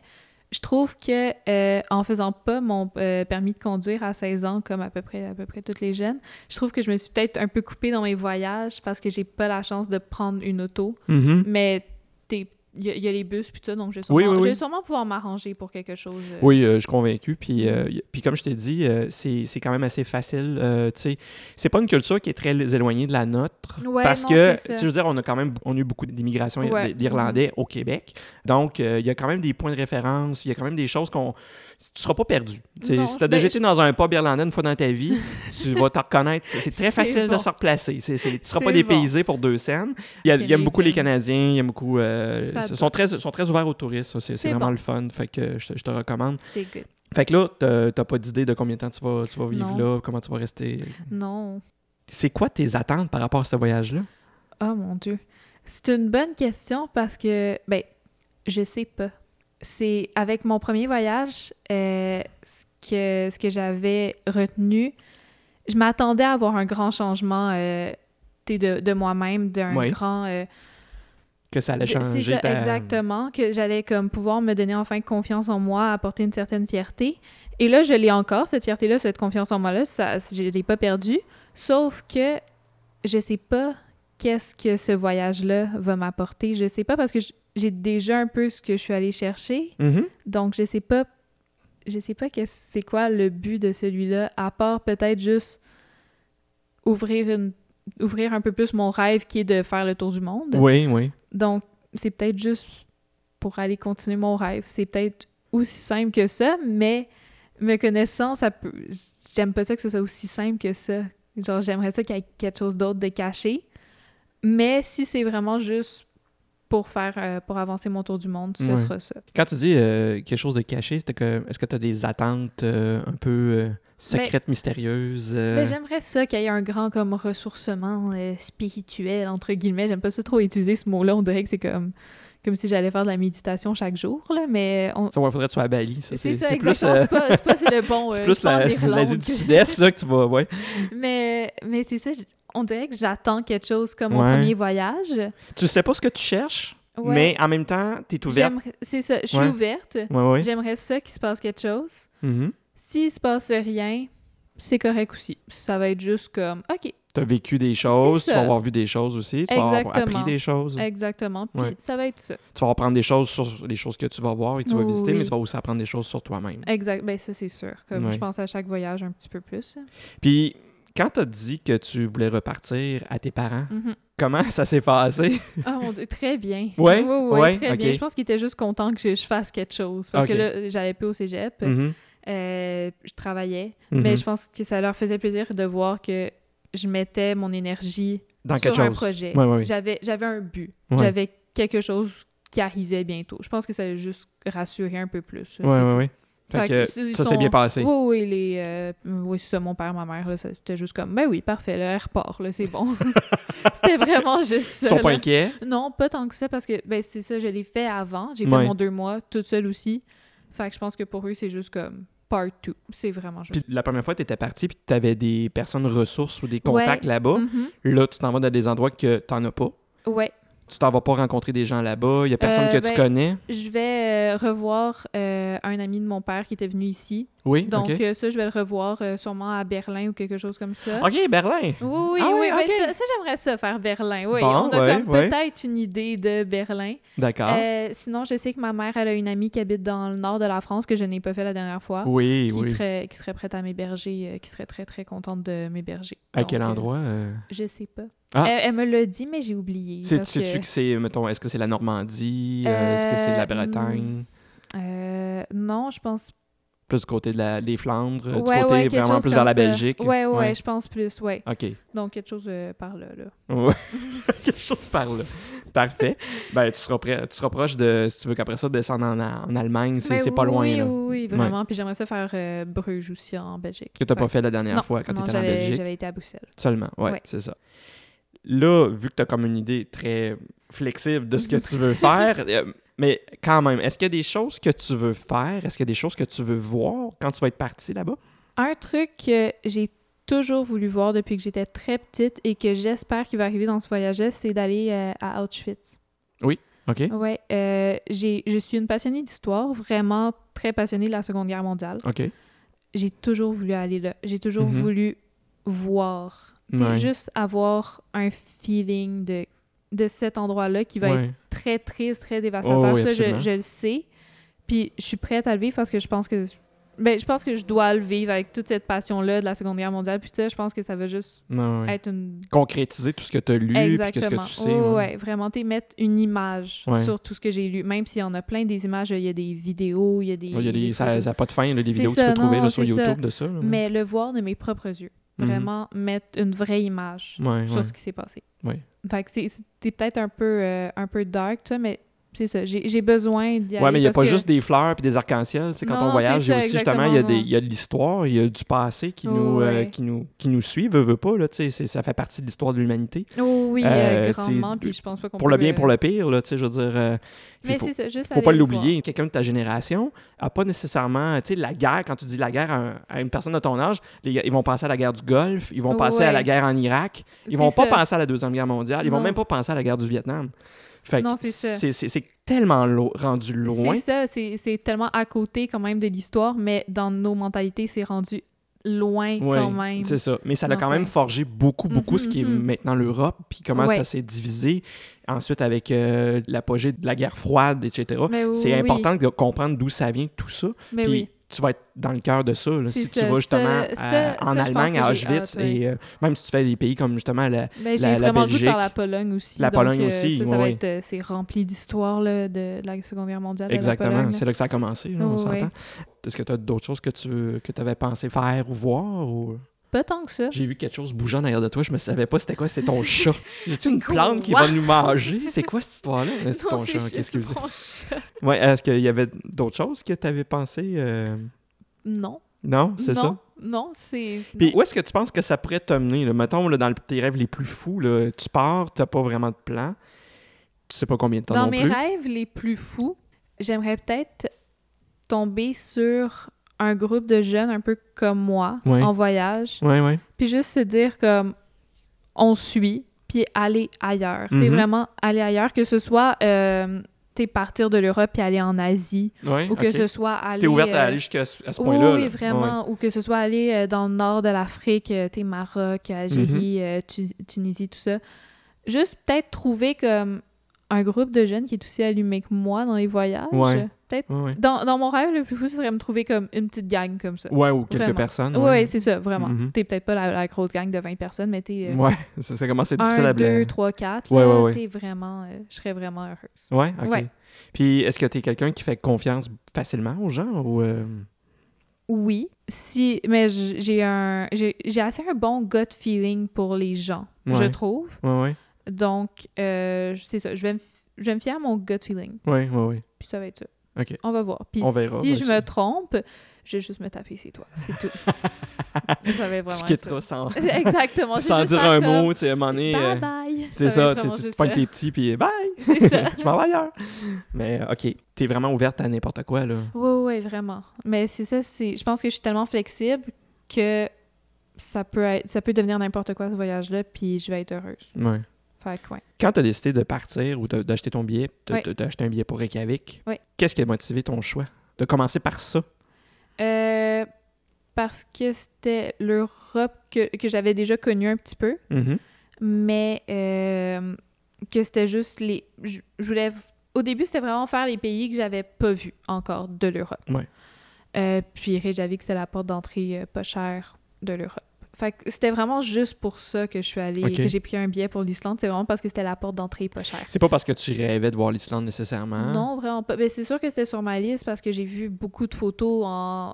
B: je trouve que euh, en faisant pas mon euh, permis de conduire à 16 ans, comme à peu près à peu près toutes les jeunes, je trouve que je me suis peut-être un peu coupée dans mes voyages parce que j'ai pas la chance de prendre une auto.
A: Mhm.
B: Mais t'es- il y, a- il y a les bus puis tout, donc je vais sûrement,
A: Oui, oui,
B: je vais
A: oui.
B: sûrement pouvoir m'arranger pour quelque chose. euh.
A: Oui, euh, je suis convaincu. Puis, euh,
B: Mm-hmm.
A: y- puis comme je t'ai dit, euh, c'est c'est quand même assez facile. euh, tu sais, c'est pas une culture qui est très éloignée de la nôtre.
B: Ouais,
A: parce
B: non,
A: que,
B: c'est
A: tu
B: ça.
A: sais, je veux dire, on a quand même on a eu beaucoup d'immigration ir-
B: Ouais.
A: d'Irlandais au Québec. Donc, euh, il y a quand même des points de référence. Il y a quand même des choses qu'on. Tu seras pas perdu. Tu sais,
B: Non,
A: si tu as
B: ben,
A: déjà
B: je-
A: été dans un pub irlandais une fois dans ta vie, tu vas te reconnaître. C'est- C'est très
B: C'est
A: facile de
B: bon.
A: se replacer. C'est- c'est- tu seras
B: C'est
A: pas
B: bon.
A: dépaysé pour deux scènes. Il y a- il y a beaucoup les
B: Canadiens.
A: Canadiens, il y a beaucoup. euh,
B: Ça
A: ils sont très, sont très ouverts aux touristes. ça, C'est c'est
B: C'est
A: vraiment
B: bon.
A: le fun. Fait que je te- je te recommande.
B: C'est good.
A: Fait que là, t'as t'as pas d'idée de combien de temps tu vas, tu vas vivre
B: Non.
A: là, comment tu vas rester.
B: Non.
A: C'est quoi tes attentes par rapport à ce voyage-là?
B: Oh mon Dieu. C'est une bonne question parce que, ben, je sais pas. C'est avec mon premier voyage, euh, ce que, ce que j'avais retenu, je m'attendais à avoir un grand changement euh, tu sais, de, de moi-même, d'un
A: Ouais.
B: grand. euh,
A: Que ça allait
B: de- c'est
A: changer
B: ça,
A: ta...
B: Exactement, que j'allais comme pouvoir me donner enfin confiance en moi, apporter une certaine fierté. Et là, je l'ai encore, cette fierté-là, cette confiance en moi-là, ça, je l'ai pas perdue. Sauf que je sais pas qu'est-ce que ce voyage-là va m'apporter. Je sais pas parce que j- j'ai déjà un peu ce que je suis allée chercher.
A: Mhm.
B: Donc, je sais pas, je sais pas qu'est-ce- c'est quoi le but de celui-là, à part peut-être juste ouvrir une ouvrir un peu plus mon rêve qui est de faire le tour du monde.
A: Oui, oui.
B: Donc, c'est peut-être juste pour aller continuer mon rêve. C'est peut-être aussi simple que ça, mais me connaissant, ça peut. J'aime pas ça que ce soit aussi simple que ça. Genre, j'aimerais ça qu'il y ait quelque chose d'autre de caché. Mais si c'est vraiment juste pour faire euh, pour avancer mon tour du monde, ce
A: Ouais.
B: sera ça.
A: Quand tu dis euh, quelque chose de caché, c'était que est-ce que tu as des attentes euh, un peu euh,
B: Ben
A: secrètes, mystérieuses? euh?
B: Mais j'aimerais ça qu'il y ait un grand comme ressourcement euh, spirituel entre guillemets. J'aime pas ça trop utiliser ce mot-là. On dirait que c'est comme comme si j'allais faire de la méditation chaque jour là, mais on,
A: Ça, ouais, faudrait que tu sois à Bali. ça,
B: C'est ça,
A: c'est plus,
B: exactement.
A: euh,
B: C'est pas, c'est pas- c'est le bon.
A: c'est
B: euh,
A: plus
B: je
A: la-
B: parle d'Irlande.
A: l'Asie du Sud-Est là, que tu vas... Ouais.
B: Mais, mais c'est ça, je- on dirait que j'attends quelque chose comme mon
A: Ouais.
B: premier voyage.
A: Tu sais pas ce que tu cherches,
B: Ouais.
A: mais en même temps, tu es ouverte.
B: J'aimerais- C'est ça, je suis
A: Ouais. Mhm.
B: ouverte.
A: Oui, oui.
B: J'aimerais ça qu'il se passe quelque chose. S'il se passe rien, c'est correct aussi. Ça va être juste comme, OK,
A: Tu as vécu des choses, tu
B: C'est
A: vas
B: ça.
A: avoir vu des choses aussi, tu vas avoir appris
B: Exactement.
A: des choses.
B: exactement, puis
A: Ouais.
B: ça va être ça.
A: tu vas apprendre des choses sur les choses que tu vas voir et que tu vas
B: Oui,
A: visiter,
B: oui.
A: mais tu vas aussi apprendre des choses sur toi-même.
B: Exact, ben ça c'est sûr. Comme
A: Ouais.
B: je pense à chaque voyage un petit peu plus.
A: Puis, quand tu as dit que tu voulais repartir à tes parents,
B: Mhm.
A: comment ça s'est passé?
B: Ah mon dieu, très bien.
A: Ouais,
B: Oui, oui,
A: ouais,
B: très
A: ok.
B: bien. Je pense qu'il était juste content que je, je fasse quelque chose. Parce
A: Ok.
B: que là, j'allais plus au cégep.
A: Mhm,
B: Euh, je travaillais,
A: mhm.
B: mais je pense que ça leur faisait plaisir de voir que je mettais mon énergie
A: Dans
B: sur
A: quelque
B: un
A: chose.
B: projet.
A: Ouais, ouais, ouais.
B: J'avais, j'avais un but,
A: Ouais.
B: j'avais quelque chose qui arrivait bientôt. Je pense que ça a juste rassuré un peu plus.
A: Ouais, ouais, ouais.
B: Fait
A: Fait que
B: que ils
A: ça
B: sont-
A: s'est bien passé.
B: Oui, oui, les, euh, oui, c'est ça, mon père, ma mère, là, ça- c'était juste comme, ben oui, parfait, le airport, là, c'est bon. c'était vraiment juste ça.
A: Ils sont pas
B: là.
A: inquiets.
B: Non, pas tant que ça, parce que ben, c'est ça, je l'ai fait avant. J'ai
A: Ouais.
B: fait mon deux mois toute seule aussi. Fait que je pense que pour eux, c'est juste comme part two. C'est vraiment juste.
A: Puis la première fois, tu étais parti, puis tu avais des personnes ressources ou des contacts
B: Ouais.
A: là-bas.
B: Mhm.
A: Là, tu t'en vas dans des endroits que tu n'en as pas.
B: Ouais.
A: Tu t'en vas pas rencontrer des gens là-bas. Il y a personne
B: Euh,
A: que tu
B: ben-
A: connais.
B: Je vais euh, revoir euh, un ami de mon père qui était venu ici.
A: Oui,
B: Donc,
A: OK.
B: euh, ça, je vais le revoir euh, sûrement à Berlin ou quelque chose comme ça.
A: OK, Berlin.
B: Oui, oui,
A: Ah
B: oui.
A: oui,
B: ben,
A: ok.
B: ça, ça, j'aimerais ça faire Berlin. Oui,
A: Bon,
B: on a
A: ouais,
B: comme
A: ouais. Ah.
B: peut-être une idée de Berlin.
A: D'accord.
B: Euh, sinon, je sais que ma mère, elle a une amie qui habite dans le nord de la France que je n'ai pas fait la dernière fois.
A: oui,
B: qui,
A: oui.
B: serait, qui serait prête à m'héberger, euh, qui serait très, très contente de m'héberger.
A: À
B: Donc,
A: quel
B: euh,
A: endroit? euh?
B: Je sais pas.
A: Ah.
B: Elle, elle me l'a dit, mais j'ai oublié.
A: C'est-
B: parce
A: Sais-tu
B: que-
A: que c'est, mettons, est-ce que c'est la Normandie? euh, est-ce que c'est la
B: Euh,
A: Bretagne?
B: Euh, non, je pense
A: Plus du côté de la- des Flandres, Euh, du
B: Ouais,
A: côté
B: ouais, quelque
A: vraiment plus
B: chose comme
A: vers la
B: ça.
A: Belgique?
B: Ouais, ouais, ouais, je pense plus, ouais.
A: OK.
B: Donc, quelque chose euh, par là, là.
A: Ouais. Quelque chose par là. Parfait. Ben, tu seras, prêt- tu seras proche de, si tu veux qu'après ça, descendre en, en Allemagne, c'est,
B: Ben
A: c'est pas loin,
B: oui,
A: là.
B: Oui, oui, vraiment. Puis j'aimerais ça faire euh, Bruges aussi en Belgique.
A: Que t'as pas
B: Ouais.
A: fait la dernière
B: Non,
A: fois quand
B: non,
A: t'étais en
B: j'avais-
A: Belgique.
B: J'avais été à Bruxelles.
A: Seulement, ouais,
B: Ouais.
A: c'est ça. Là, vu que t'as comme une idée très flexible de ce que tu veux faire, euh, Mais quand même, est-ce qu'il y a des choses que tu veux faire? Est-ce qu'il y a des choses que tu veux voir quand tu vas être parti là-bas?
B: Un truc que j'ai toujours voulu voir depuis que j'étais très petite et que j'espère qu'il va arriver dans ce voyage-là, c'est d'aller euh, à Auschwitz.
A: OK?
B: Ouais, euh, j'ai, je suis une passionnée d'histoire, vraiment très passionnée de la Seconde Guerre mondiale.
A: OK.
B: J'ai toujours voulu aller là. J'ai toujours
A: Mhm.
B: voulu voir. Tu sais,
A: Ouais.
B: Juste avoir un feeling de, de cet endroit-là qui va être
A: Ouais.
B: très triste, très dévastateur.
A: Oh oui,
B: ça,
A: absolument.
B: je, je le sais. Puis je suis prête à le vivre parce que je pense que... Ben, je pense que je dois le vivre avec toute cette passion-là de la Seconde Guerre mondiale. Puis ça, je pense que ça va juste
A: Non, ouais.
B: être une...
A: Concrétiser tout ce que tu as lu, puis qu'est-ce
B: Exactement.
A: que tu sais.
B: Ouais,
A: ouais.
B: ouais, vraiment, tu sais, mettre une image
A: Ouais.
B: sur tout ce que j'ai lu. Même s'il y en a plein des images, il y a des vidéos, il y a des...
A: Ouais, il y a des, ça
B: photos.
A: n'a pas de fin, là, les
B: C'est
A: vidéos que tu
B: ça,
A: peux trouver
B: non,
A: là, sur
B: c'est ça.
A: YouTube de ça. là, ouais.
B: Mais le voir de mes propres yeux.
A: Mhm.
B: Vraiment mettre une vraie image
A: Ouais,
B: sur
A: ouais.
B: ce qui s'est passé.
A: Ouais.
B: Fait que c'est- c'était peut-être un peu, euh, un peu dark, toi, mais c'est ça. J'ai j'ai besoin d'y aller.
A: Ouais, mais il n'y a
B: parce
A: pas
B: que-
A: juste des fleurs puis des arcs-en-ciel. Tu sais, Quand
B: Non,
A: on voyage, il y a
B: c'est ça,
A: aussi justement, il y a, des,
B: exactement,
A: il y a de l'histoire, il y a du passé qui, nous, euh,
B: Ouais.
A: qui, nous, qui nous suit, veut, veut pas. Là, tu sais, c'est- ça fait partie de l'histoire de l'humanité.
B: Oh oui, euh,
A: Euh, tu sais,
B: grandement, puis je pense pas qu'on
A: Pour le
B: peut,
A: bien,
B: euh,
A: pour le pire, là, tu sais, je veux dire, euh,
B: Mais
A: il faut,
B: c'est ça, juste
A: faut pas
B: aller le
A: l'oublier. Quelqu'un de ta génération a pas nécessairement, tu sais, la guerre, quand tu dis la guerre à, un- à une personne de ton âge, les gars, ils vont penser à la guerre du Golfe, ils vont penser à la
B: Ouais.
A: guerre en Irak,
B: voir.
A: ils vont
B: C'est
A: pas
B: ça.
A: penser à la Deuxième Guerre mondiale, ils vont
B: Non.
A: même pas penser à la guerre du Vietnam. Fait que
B: Non, c'est ça.
A: c'est c'est- c'est tellement lo- rendu loin.
B: C'est ça, c'est c'est tellement à côté quand même de l'histoire, mais dans nos mentalités, c'est rendu loin
A: Ouais,
B: quand même.
A: C'est ça. Mais ça a
B: Donc,
A: quand même
B: ouais.
A: forgé beaucoup, beaucoup
B: Mhm,
A: ce qui est
B: mhm.
A: maintenant l'Europe, puis comment
B: Ouais.
A: ça s'est divisé ensuite avec euh, l'apogée de la guerre froide, etc.
B: Mais oui,
A: C'est
B: oui,
A: important de comprendre d'où ça vient, tout ça.
B: Mais
A: puis
B: oui.
A: tu vas être dans le cœur de ça. là.
B: C'est
A: si tu
B: ça,
A: vas justement
B: ça-
A: à-
B: ça-
A: en
B: ça, je pense
A: Allemagne,
B: que
A: à
B: j'ai
A: Auschwitz,
B: hâte, ouais.
A: et euh, même si tu fais des pays comme justement la,
B: Ben, j'ai
A: la- la
B: vraiment le goût de faire la
A: Belgique,
B: Pologne aussi.
A: la
B: donc,
A: Pologne
B: euh,
A: aussi,
B: ça, ça
A: ouais,
B: va
A: ouais.
B: être, euh, c'est rempli d'histoire là, de, de la Seconde Guerre mondiale. là, la
A: Exactement,
B: Pologne, là.
A: c'est là que ça a commencé, là, on
B: Ouais.
A: s'entend. Est-ce que tu as d'autres choses que tu veux- que avais pensé faire ou voir? ou-
B: Pas tant que ça.
A: J'ai vu quelque chose bougeant derrière de toi, je me savais pas c'était quoi, c'est ton chat. J'ai-tu une
B: Quoi?
A: plante qui va nous manger? C'est quoi cette histoire-là? C'est
B: Non,
A: ton
B: c'est
A: chat,
B: juste
A: ok, excusez.
B: ton chat.
A: Ouais, est-ce qu'il y avait d'autres choses que tu avais pensé? euh,
B: Non.
A: Non, c'est
B: non,
A: ça?
B: Non, c'est.
A: Puis où est-ce que tu penses que ça pourrait t'amener? là? Mettons, là, dans le- tes rêves les plus fous, là, tu pars, t'as pas vraiment de plan, tu sais pas combien de temps
B: Dans
A: non
B: mes
A: plus.
B: rêves les plus fous, j'aimerais peut-être tomber sur un groupe de jeunes un peu comme moi
A: Ouais.
B: en voyage,
A: Ouais, ouais.
B: puis juste se dire comme on suit, puis aller ailleurs. T'es
A: Mhm.
B: vraiment aller ailleurs, que ce soit euh, t'es partir de l'Europe puis aller en Asie,
A: Ouais,
B: ou que
A: ok.
B: ce soit aller.
A: T'es ouverte à
B: euh,
A: aller jusqu'à ce, à ce
B: oui,
A: point-là.
B: oui,
A: là. Ouais.
B: vraiment. Ou que ce soit aller euh, dans le nord de l'Afrique, euh, t'es Maroc, Algérie,
A: Mm-hmm.
B: euh, Tu- Tunisie, tout ça. Juste peut-être trouver comme un groupe de jeunes qui est aussi allumé que moi dans les voyages.
A: Ouais.
B: Peut-être.
A: Ouais, ouais.
B: Dans, dans mon rêve, le plus fou, ce serait me trouver comme une petite gang comme ça.
A: Ouais, ou quelques
B: Vraiment.
A: personnes.
B: Ouais, c'est ça, vraiment.
A: Mhm.
B: T'es peut-être pas la, la grosse gang de 20 personnes, mais t'es euh,
A: Ouais, ça, ça commence à être difficile à
B: un,
A: blâmer.
B: deux, trois, quatre.
A: Ouais,
B: là,
A: ouais, ouais.
B: T'es vraiment... euh, je serais vraiment heureuse.
A: Ouais, ok.
B: Ouais.
A: Puis est-ce que tu es quelqu'un qui fait confiance facilement aux gens ou euh,
B: Oui, si, mais j- j'ai un... J'ai j'ai assez un bon gut feeling pour les gens, je
A: Ouais.
B: trouve.
A: Ouais, ouais.
B: Donc, euh, c'est ça. Je vais, me, je vais me fier à mon gut feeling.
A: Ouais, ouais, ouais.
B: Puis ça va être ça.
A: OK.
B: On va voir. Puis
A: On verra,
B: si
A: ben,
B: je
A: ça.
B: me trompe, je vais juste me taper, c'est toi. C'est tout. ça va être vraiment
A: tu quitteras sans,
B: ça. Exactement. je vais
A: sans
B: juste
A: dire
B: faire
A: un
B: comme,
A: mot, tu sais, à un moment donné, euh,
B: Bye bye.
A: c'est
B: va
A: ça,
B: être
A: tu
B: vraiment
A: sais, tu te
B: juste
A: pognes
B: ça.
A: tes petits puis bye,
B: C'est ça.
A: je m'en vais ailleurs. Mais euh, OK, t'es vraiment ouverte à n'importe quoi là.
B: Oui, oui, vraiment. Mais c'est ça, c'est... je pense que je suis tellement flexible que ça peut, être- ça peut devenir n'importe quoi ce voyage-là, puis je vais être heureuse.
A: Ouais.
B: Fait que, ouais.
A: Quand tu as décidé de partir ou de- d'acheter ton billet, t'as
B: Ouais.
A: t'as- t'as acheté un billet pour Reykjavik,
B: Ouais.
A: qu'est-ce qui a motivé ton choix de commencer par ça
B: Euh, parce que c'était l'Europe que, que j'avais déjà connue un petit peu.
A: Mhm.
B: mais euh, que c'était juste les. Je je voulais. Au début, c'était vraiment faire les pays que j'avais pas vus encore de l'Europe.
A: Ouais.
B: Euh, puis Reykjavik, c'était la porte d'entrée euh, pas chère de l'Europe. Fait que c'était vraiment juste pour ça que je suis allée,
A: Ok.
B: que j'ai pris un billet pour l'Islande. C'est vraiment parce que c'était la porte d'entrée pas chère.
A: C'est pas parce que tu rêvais de voir l'Islande nécessairement.
B: Non, vraiment pas. Mais c'est sûr que c'était sur ma liste parce que j'ai vu beaucoup de photos en,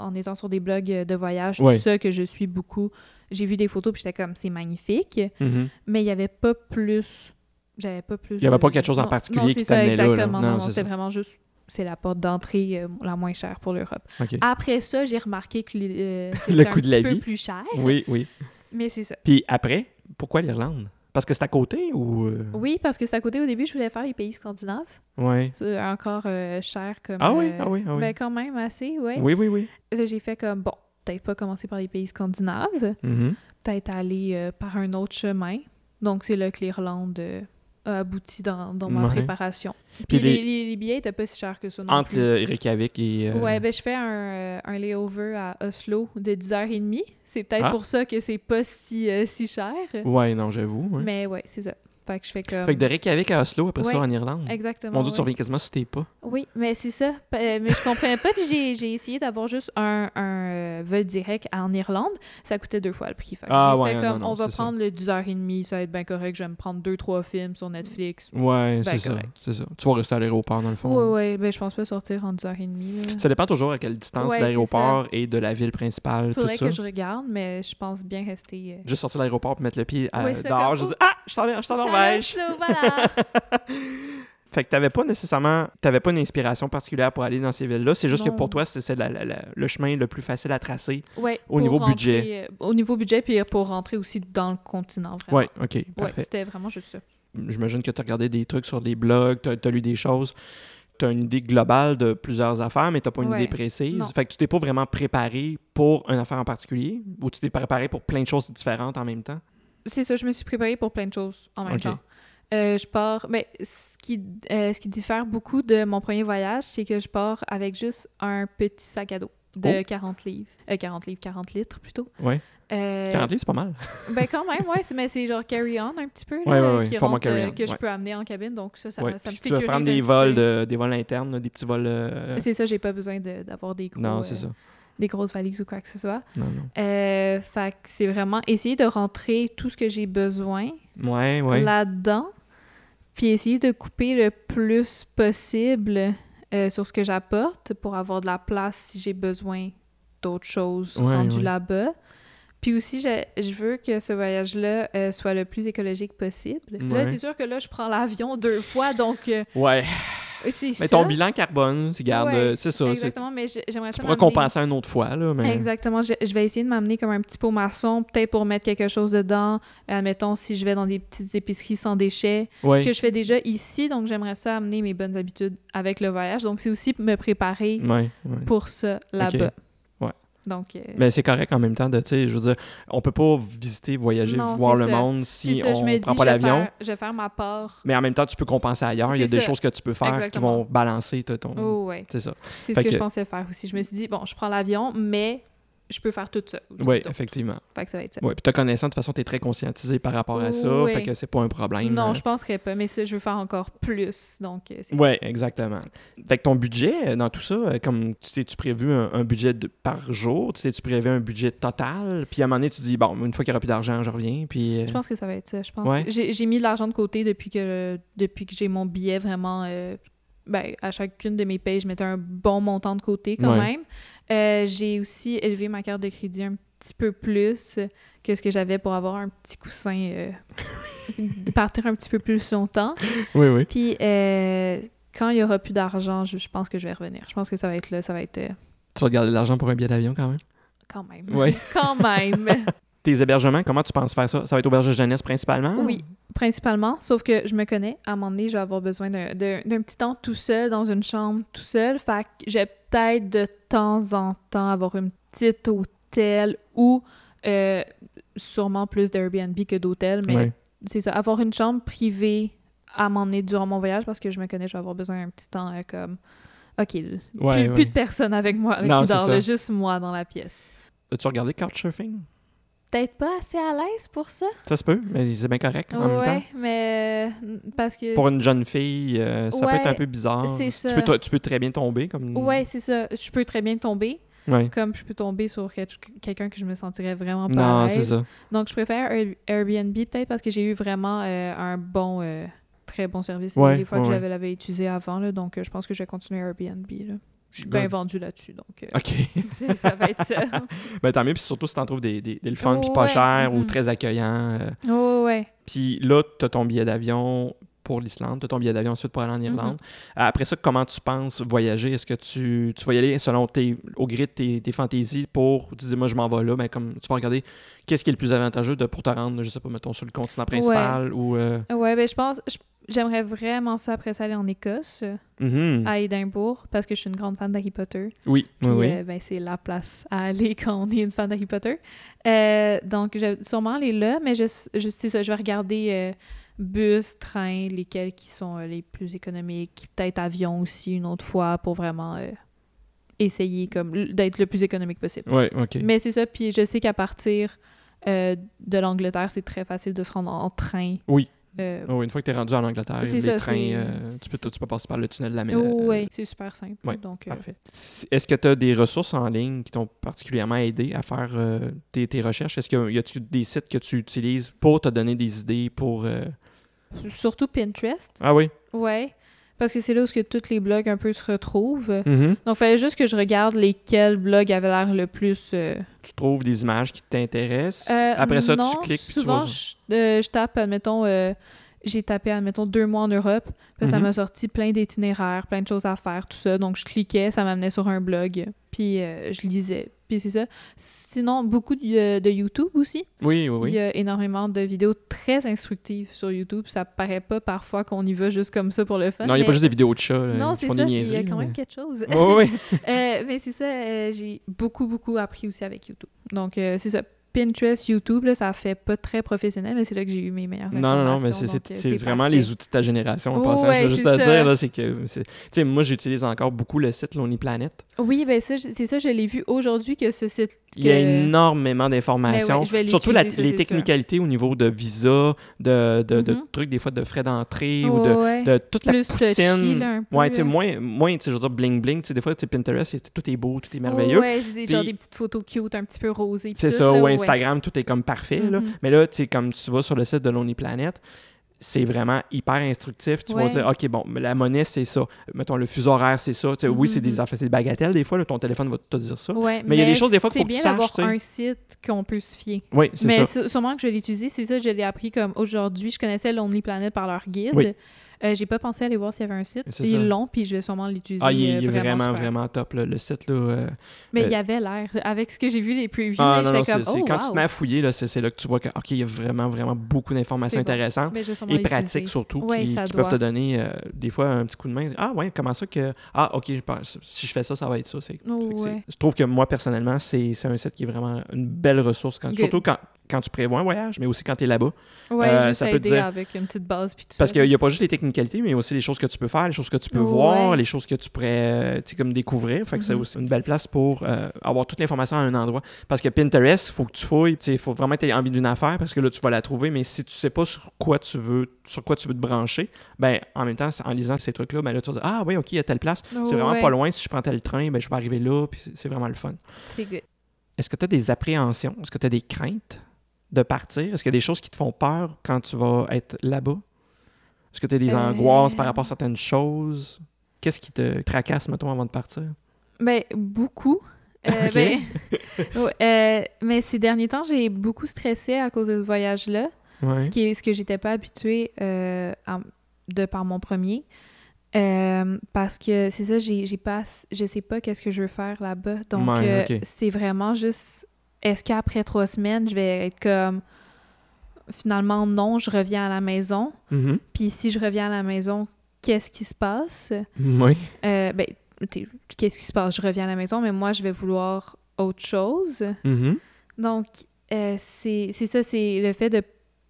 B: en étant sur des blogs euh, de voyage,
A: Ouais.
B: tout ça que je suis beaucoup. J'ai vu des photos puis j'étais comme c'est magnifique
A: Mhm.
B: mais il n'y avait pas plus. J'avais pas plus.
A: Il y avait
B: de-
A: pas quelque chose en
B: Non,
A: particulier
B: non,
A: qui
B: c'est ça,
A: t'amenait là, là.
B: Exactement.
A: Non,
B: Non, non,
A: c'est
B: c'est
A: ça.
B: vraiment juste. C'est la porte d'entrée euh, la moins chère pour l'Europe.
A: OK.
B: Après ça, j'ai remarqué que les- euh,
A: Le
B: c'était un
A: coût de la
B: petit peu
A: vie.
B: plus cher,
A: Oui, oui.
B: mais c'est ça.
A: Puis après, pourquoi l'Irlande? Parce que c'est à côté ou. euh,
B: Oui, parce que c'est à côté. Au début, je voulais faire les pays scandinaves.
A: Ouais.
B: C'est encore euh, cher comme.
A: Ah oui,
B: euh,
A: ah oui, ah oui.
B: Ben, quand même assez, ouais.
A: Oui, oui, oui.
B: Là, j'ai fait comme, bon, peut-être pas commencer par les pays scandinaves,
A: Mhm.
B: peut-être aller euh, par un autre chemin. Donc, c'est là que l'Irlande euh, a abouti dans, dans ma
A: Ouais.
B: préparation. Puis,
A: les-
B: les... les- les billets étaient pas si chers que ça non
A: Entre
B: plus.
A: le Reykjavik et. euh,
B: Ouais, ben je fais un, euh, un layover à Oslo de 10h30. C'est peut-être
A: Ah.
B: pour ça que c'est pas si, euh, si cher.
A: ouais, non, j'avoue. ouais.
B: Mais ouais, c'est ça. Fait que je fais comme...
A: Fait que de Reykjavik à Oslo, après ça,
B: Ouais.
A: en Irlande.
B: Exactement.
A: Mon Dieu, tu
B: ouais.
A: reviens quasiment sur tes pas.
B: Oui, mais c'est ça. P- euh, mais je comprenais pas. Puis j'ai, j'ai essayé d'avoir juste un, un euh, vol direct en Irlande. Ça coûtait deux fois le prix. Fait que
A: Ah
B: j'ai
A: ouais,
B: fait
A: non,
B: comme,
A: non,
B: on va
A: c'est ça.
B: prendre le 10h30, ça va être bien correct. Je vais me prendre deux, trois films sur Netflix.
A: Ouais, c'est ça.
B: Ben, correct.
A: C'est ça. Tu vas rester à l'aéroport, dans le fond.
B: Ouais, ouais, ben je pense pas sortir en 10h30. là.
A: Ça dépend toujours à quelle distance
B: Ouais,
A: de l'aéroport et de la ville principale, tout
B: Faudrait
A: ça.
B: que je regarde, mais je pense bien rester. euh,
A: Juste sortir de l'aéroport pour mettre le pied à-
B: Ouais, c'est
A: dehors.
B: comme-
A: Je dis Ah, je suis en- je suis en Norvège.
B: Charlotte, là, voilà.
A: Fait que t'avais pas nécessairement, t'avais pas une inspiration particulière pour aller dans ces villes-là. C'est juste que
B: Non.
A: pour toi, c'est c'est la- la- la- le chemin le plus facile à tracer.
B: Ouais,
A: Au
B: pour
A: niveau
B: rentrer,
A: budget.
B: euh, au niveau budget, puis pour rentrer aussi dans le continent, vraiment.
A: Ouais, ok,
B: Ouais,
A: parfait.
B: c'était vraiment juste ça.
A: J'imagine que tu as regardé des trucs sur des blogs, tu as, lu des choses, tu as une idée globale de plusieurs affaires, mais tu pas une
B: Ouais.
A: idée précise.
B: Non.
A: Fait que tu t'es pas vraiment préparé pour une affaire en particulier ou tu t'es préparé pour plein de choses différentes en même temps.
B: C'est ça, je me suis préparée pour plein de choses en même
A: Ok.
B: temps. Euh, je pars. Mais ce qui, euh, ce qui diffère beaucoup de mon premier voyage, c'est que je pars avec juste un petit sac à dos
A: Oh.
B: de 40 livres. Euh, 40 livres, 40 litres plutôt.
A: Ouais.
B: Euh,
A: 40 livres, c'est pas mal.
B: ben quand même, ouais, c'est- mais c'est genre carry-on un petit peu, là,
A: Ouais, ouais, ouais,
B: qui
A: format
B: rentre, euh,
A: carry-on,
B: que je
A: ouais.
B: peux amener en cabine, donc ça, ça,
A: Ouais.
B: ça me
A: Puis si tu veux
B: sécurise
A: prendre
B: un
A: des
B: petit
A: vols,
B: peu.
A: de, des vols internes, là, des petits vols. euh,
B: C'est ça, j'ai pas besoin de- d'avoir des gros,
A: Non,
B: euh,
A: c'est ça.
B: des grosses valises ou quoi que ce soit.
A: Non, non.
B: Euh, fait que c'est vraiment essayer de rentrer tout ce que j'ai besoin
A: Ouais, ouais.
B: là-dedans, puis essayer de couper le plus possible euh, sur ce que j'apporte pour avoir de la place si j'ai besoin d'autres choses
A: Ouais,
B: rendues
A: ouais.
B: là-bas. Puis aussi, je, je veux que ce voyage-là euh, soit le plus écologique possible.
A: Ouais.
B: Là, c'est sûr que là, je prends l'avion deux fois, donc euh,
A: Ouais.
B: c'est
A: Mais
B: ça.
A: ton bilan carbone, c'est garde,
B: Ouais,
A: euh, c'est ça. c'est-
B: Exactement, mais j'ai- j'aimerais
A: Tu
B: ça
A: pourras
B: m'amener-
A: compenser hein. une autre fois, là, mais.
B: Exactement. Je, je vais essayer de m'amener comme un petit pot maçon, peut-être pour mettre quelque chose dedans. Euh, Admettons, si je vais dans des petites épiceries sans déchets,
A: Ouais.
B: que je fais déjà ici, donc j'aimerais ça amener mes bonnes habitudes avec le voyage. Donc, c'est aussi me préparer
A: Ouais, ouais.
B: pour ça là-bas.
A: Mm. Ouais.
B: Donc, euh,
A: Mais c'est correct en même temps de, tu sais, je veux dire, on peut pas visiter, voyager,
B: Non,
A: voir
B: c'est
A: le
B: ça.
A: monde
B: c'est
A: si
B: ça,
A: on
B: je me dis,
A: prend
B: je
A: pas
B: vais,
A: l'avion.
B: faire, je vais faire ma part.
A: Mais en même temps, tu peux compenser ailleurs. Il y a
B: C'est
A: des
B: ça.
A: choses que tu peux faire qui
B: Exactement.
A: vont balancer t- ton.
B: Oh, ouais.
A: C'est ça.
B: C'est ce
A: Mm. Fait
B: que, je
A: que-
B: pensais faire aussi. Je me suis dit, bon, je prends l'avion, mais je peux faire tout ça. aussi.
A: Oui,
B: Donc,
A: effectivement.
B: fait que ça va être ça.
A: Ouais. Puis te connaissant, de toute façon, tu es très conscientisé par rapport à ça.
B: Ouais.
A: Fait que c'est pas un problème.
B: Non,
A: hein.
B: je penserais pas, mais ça, je veux faire encore plus. Donc, euh, c'est ça.
A: Oui, exactement. Fait que ton budget euh, dans tout ça, euh, comme tu t'es-tu prévu un, un budget de- par jour, tu t'es-tu prévu un budget total, puis à un moment donné, tu dis, bon, une fois qu'il n'y aura plus d'argent, je reviens, puis... euh,
B: Je pense que ça va être ça. Je pense.
A: Ouais.
B: J'ai j'ai mis de l'argent de côté depuis que depuis que j'ai mon billet vraiment. euh, ben, à chacune de mes payes, je mettais un bon montant de côté quand
A: Ouais.
B: même. Euh, j'ai aussi élevé ma carte de crédit un petit peu plus que ce que j'avais pour avoir un petit coussin, euh, de partir un petit peu plus longtemps.
A: Oui, oui.
B: Puis euh, quand il n'y aura plus d'argent, je, je pense que je vais revenir. Je pense que ça va être là, ça va être euh,
A: Tu vas te garder de l'argent pour un billet d'avion quand même.
B: quand même.
A: Ouais.
B: quand même.
A: Tes hébergements, comment tu penses faire ça? Ça va être auberge de jeunesse principalement?
B: Oui,
A: Hmm.
B: principalement, sauf que je me connais. À un moment donné, je vais avoir besoin d'un d'un- d'un petit temps tout seul, dans une chambre tout seul. Fait que j'ai peut-être de temps en temps avoir une petite hôtel ou euh, sûrement plus d'Airbnb que d'hôtel, mais
A: Ouais.
B: c'est ça. Avoir une chambre privée à un moment donné durant mon voyage parce que je me connais, je vais avoir besoin d'un petit temps euh, comme. Ok, l-
A: Ouais,
B: plus,
A: ouais.
B: plus de personnes avec moi là,
A: Non,
B: qui
A: c'est
B: dort,
A: ça.
B: là, juste moi dans la pièce.
A: As-tu regardé Couchsurfing?
B: Peut-être pas assez à l'aise pour ça.
A: Ça se peut, mais c'est bien correct en même temps.
B: ouais, mais euh, parce que
A: Pour une jeune fille, euh, ça peut être un
B: Ouais,
A: peu bizarre.
B: c'est
A: Tu
B: ça.
A: peux, t- tu peux très bien tomber comme...
B: Ouais, c'est ça. Je peux très bien tomber,
A: Ouais.
B: comme je peux tomber sur quel- quelqu'un que je me sentirais vraiment pas à
A: Non, c'est
B: l'aise.
A: ça.
B: Donc, je préfère Air- Airbnb peut-être parce que j'ai eu vraiment euh, un bon, euh, très bon service
A: Ouais,
B: les fois
A: ouais,
B: que
A: ouais.
B: j'avais l'avais utilisé avant. Là, donc, euh, je pense que je vais continuer Airbnb. Là. Je suis
A: Good.
B: bien vendue là-dessus, donc euh,
A: OK.
B: c'est- ça va être ça.
A: ben tant mieux, puis surtout si t'en trouves des, des, des le fun, puis pas
B: Ouais,
A: cher ou
B: mhm.
A: très accueillants. euh,
B: Oh, ouais.
A: Puis là, tu as ton billet d'avion pour l'Islande, tu as ton billet d'avion ensuite pour aller en Irlande. Après ça, comment tu penses voyager? Est-ce que tu, tu vas y aller selon tes, au gré de tes, tes fantaisies pour, tu dis, moi, je m'en vais là, mais comme tu vas regarder qu'est-ce qui est le plus avantageux de, pour te rendre, je sais pas, mettons, sur le continent principal ou... euh,
B: Ouais, ben je pense, je- j'aimerais vraiment ça après ça aller en Écosse, euh,
A: mhm.
B: à Édimbourg, parce que je suis une grande fan d'Harry Potter.
A: Oui, oui,
B: Puis,
A: oui.
B: euh, ben, c'est la place à aller quand on est une fan d'Harry Potter. Euh, donc, je- sûrement aller là, mais je, je, c'est ça, je vais regarder euh, bus, train, lesquels qui sont euh, les plus économiques. Peut-être avion aussi une autre fois pour vraiment euh, essayer comme l- d'être le plus économique possible.
A: Ouais, OK.
B: Mais c'est ça, puis je sais qu'à partir euh, de l'Angleterre, c'est très facile de se rendre en train.
A: Oui.
B: Euh,
A: Oh, une fois que tu es rendu en Angleterre,
B: C'est
A: les
B: ça,
A: trains,
B: c'est-
A: euh, tu, peux, tu peux passer par le tunnel de la mer.
B: oh, ouais, c'est super simple.
A: euh, ouais,
B: donc, euh,
A: Parfait. Si- Est-ce que tu as des ressources en ligne qui t'ont particulièrement aidé à faire euh, tes, tes recherches? Est-ce qu'il y a -tu des sites que tu utilises pour te donner des idées pour... euh,
B: surtout Pinterest.
A: Ah oui?
B: Ouais, parce que c'est là où ce que tous les blogs un peu se retrouvent.
A: Mm-hmm.
B: Donc, fallait juste que je regarde lesquels blogs avaient l'air le plus. euh,
A: Tu trouves des images qui t'intéressent.
B: euh,
A: Après ça,
B: non,
A: tu cliques puis tu
B: Souvent,
A: vois...
B: je, euh, je tape, admettons, euh, j'ai tapé, admettons, deux mois en Europe. Puis ça
A: Mhm.
B: m'a sorti plein d'itinéraires, plein de choses à faire, tout ça. Donc, je cliquais, ça m'amenait sur un blog, puis euh, je lisais. Puis c'est ça. Sinon, beaucoup de, de YouTube aussi.
A: Oui, oui, oui.
B: Il y a énormément de vidéos très instructives sur YouTube. Ça paraît pas parfois qu'on y va juste comme ça pour le fun.
A: Non, il n'y a pas
B: mais-
A: juste des vidéos de chats là,
B: Non,
A: qui
B: c'est
A: Euh, font des
B: ça. puis Il y a
A: niaiseries.
B: quand même
A: mais-
B: quelque chose.
A: Oui, oui, oui.
B: Euh, mais c'est ça, euh, j'ai beaucoup, beaucoup appris aussi avec YouTube. Donc, euh, c'est ça. Pinterest, YouTube, là, ça fait pas très professionnel, mais c'est là que j'ai eu mes meilleures
A: Non, non, non, mais c'est-
B: informations,
A: c'est
B: donc, euh,
A: c'est vraiment les
B: parfait. Oh,
A: outils de ta génération en
B: Ouais,
A: passant. Je veux
B: c'est
A: juste à
B: ça.
A: dire, là, c'est que... c'est- Tu sais, moi, j'utilise encore beaucoup le site Lonely Planet.
B: Oui, ben ça, je- c'est ça, je l'ai vu aujourd'hui que ce site...
A: Il y a
B: que-
A: énormément
B: Ben
A: d'informations.
B: ouais, je vais
A: Surtout la-
B: l'utiliser, ça,
A: les
B: c'est
A: technicalités au niveau de visa, de, de, de
B: Mhm.
A: trucs, des fois de frais d'entrée ou de,
B: Ouais,
A: de toute la
B: Plus
A: poutine.
B: touchy, là, un peu.
A: ouais, tu sais,
B: là.
A: moins, moins tu sais, je veux dire, bling bling. Tu sais, des fois, tu sais, Pinterest, c'est- tout est beau, tout est merveilleux.
B: Ouais, c'est genre
A: Puis-
B: des petites photos cute, un petit peu rosées. puis
A: C'est
B: tout,
A: ça,
B: là,
A: ou
B: ouais.
A: Instagram, tout est comme parfait. là.
B: Mhm.
A: Mais là, tu sais, comme tu vas sur le site de Lonely Planet, c'est vraiment hyper instructif. Tu vas
B: Ouais.
A: dire, OK, bon, mais la monnaie, c'est ça. Mettons, le fuseau horaire, c'est ça. Tu sais, Oui, c'est des
B: Mhm.
A: affaires, c'est des bagatelles des fois. là, ton téléphone va te dire ça.
B: Ouais,
A: Mais il y a des choses, des fois, qu'il faut que tu
B: C'est bien
A: saches,
B: d'avoir
A: tu sais.
B: un site qu'on peut se fier.
A: Oui, c'est
B: Mais
A: ça.
B: sû- sûrement que je l'ai utilisé, c'est ça, je l'ai appris comme aujourd'hui. Je connaissais Lonely Planet par leur guide.
A: Oui.
B: Euh, j'ai pas pensé aller voir s'il y avait un site.
A: C'est ça.
B: Ils l'ont, puis je vais sûrement l'utiliser.
A: Ah, il, est-
B: euh,
A: il est vraiment,
B: super.
A: vraiment, top. là. Le site, là, euh,
B: Mais
A: euh,
B: il y avait l'air. Avec ce que j'ai vu, les previews,
A: Ah
B: là,
A: non, non,
B: j'étais
A: c'est
B: comme,
A: c'est
B: oh,
A: quand tu
B: wow.
A: te mets à fouiller, là, c'est c'est là que tu vois que, OK, il y a vraiment, vraiment beaucoup d'informations
B: C'est bon.
A: intéressantes
B: Mais je vais sûrement
A: et
B: l'utiliser.
A: pratiques surtout
B: Ouais,
A: qui,
B: ça
A: qui peuvent te
B: doit.
A: donner euh, des fois un petit coup de main. Ah ouais, comment ça que. Ah, OK, je pense- si je fais ça, ça va être ça. c'est-
B: Oh,
A: fait que c'est-
B: ouais.
A: Je trouve que moi, personnellement, c'est c'est un site qui est vraiment une belle ressource, quand,
B: Good.
A: surtout quand, quand tu prévois un voyage, mais aussi quand tu es là-bas.
B: Ouais,
A: Euh,
B: juste
A: ça
B: ça
A: peut te dire-
B: avec une petite base. Puis tout
A: Parce
B: ça.
A: qu'il n'y a pas juste les technicalités, mais aussi les choses que tu peux faire, les choses que tu peux voir,
B: Ouais.
A: les choses que tu pourrais euh, tu sais, comme découvrir. Fait que c'est
B: Mhm.
A: aussi une belle place pour euh, avoir toute l'information à un endroit. Parce que Pinterest, il faut que tu fouilles, il faut vraiment que tu aies envie d'une affaire parce que là, tu vas la trouver, mais si tu sais pas sur quoi tu veux, sur quoi tu veux te brancher, ben en même temps, en lisant ces trucs-là, ben là, tu vas dire Ah oui, OK, il y a telle place. C'est vraiment
B: Oh, Ouais,
A: pas loin. Si je prends tel train, ben je vais arriver là, puis c'est- c'est vraiment le fun.
B: C'est good.
A: Est-ce que tu as des appréhensions? Est-ce que tu as des craintes de partir? Est-ce qu'il y a des choses qui te font peur quand tu vas être là-bas? Est-ce que tu as des
B: Euh.
A: angoisses par rapport à certaines choses? Qu'est-ce qui te tracasse, mettons, avant de partir?
B: Ben, beaucoup. Euh,
A: Ok.
B: ben, ouais, euh, mais ces derniers temps, j'ai beaucoup stressé à cause de ce voyage-là.
A: Ouais.
B: ce, qui est, ce que j'étais pas habituée euh, à- de par mon premier. Euh, parce que c'est ça, j'ai j'ai pas, ass- je sais pas qu'est-ce que je veux faire là-bas. Donc,
A: Ouais,
B: euh,
A: ok.
B: c'est vraiment juste, est-ce qu'après trois semaines, je vais être comme, finalement, non, je reviens à la maison.
A: Mhm.
B: Puis si je reviens à la maison, qu'est-ce qui se passe?
A: Oui.
B: Euh, ben, t'es- qu'est-ce qui se passe? Je reviens à la maison, mais moi, je vais vouloir autre chose.
A: Mhm.
B: Donc, euh, c'est c'est ça, c'est le fait de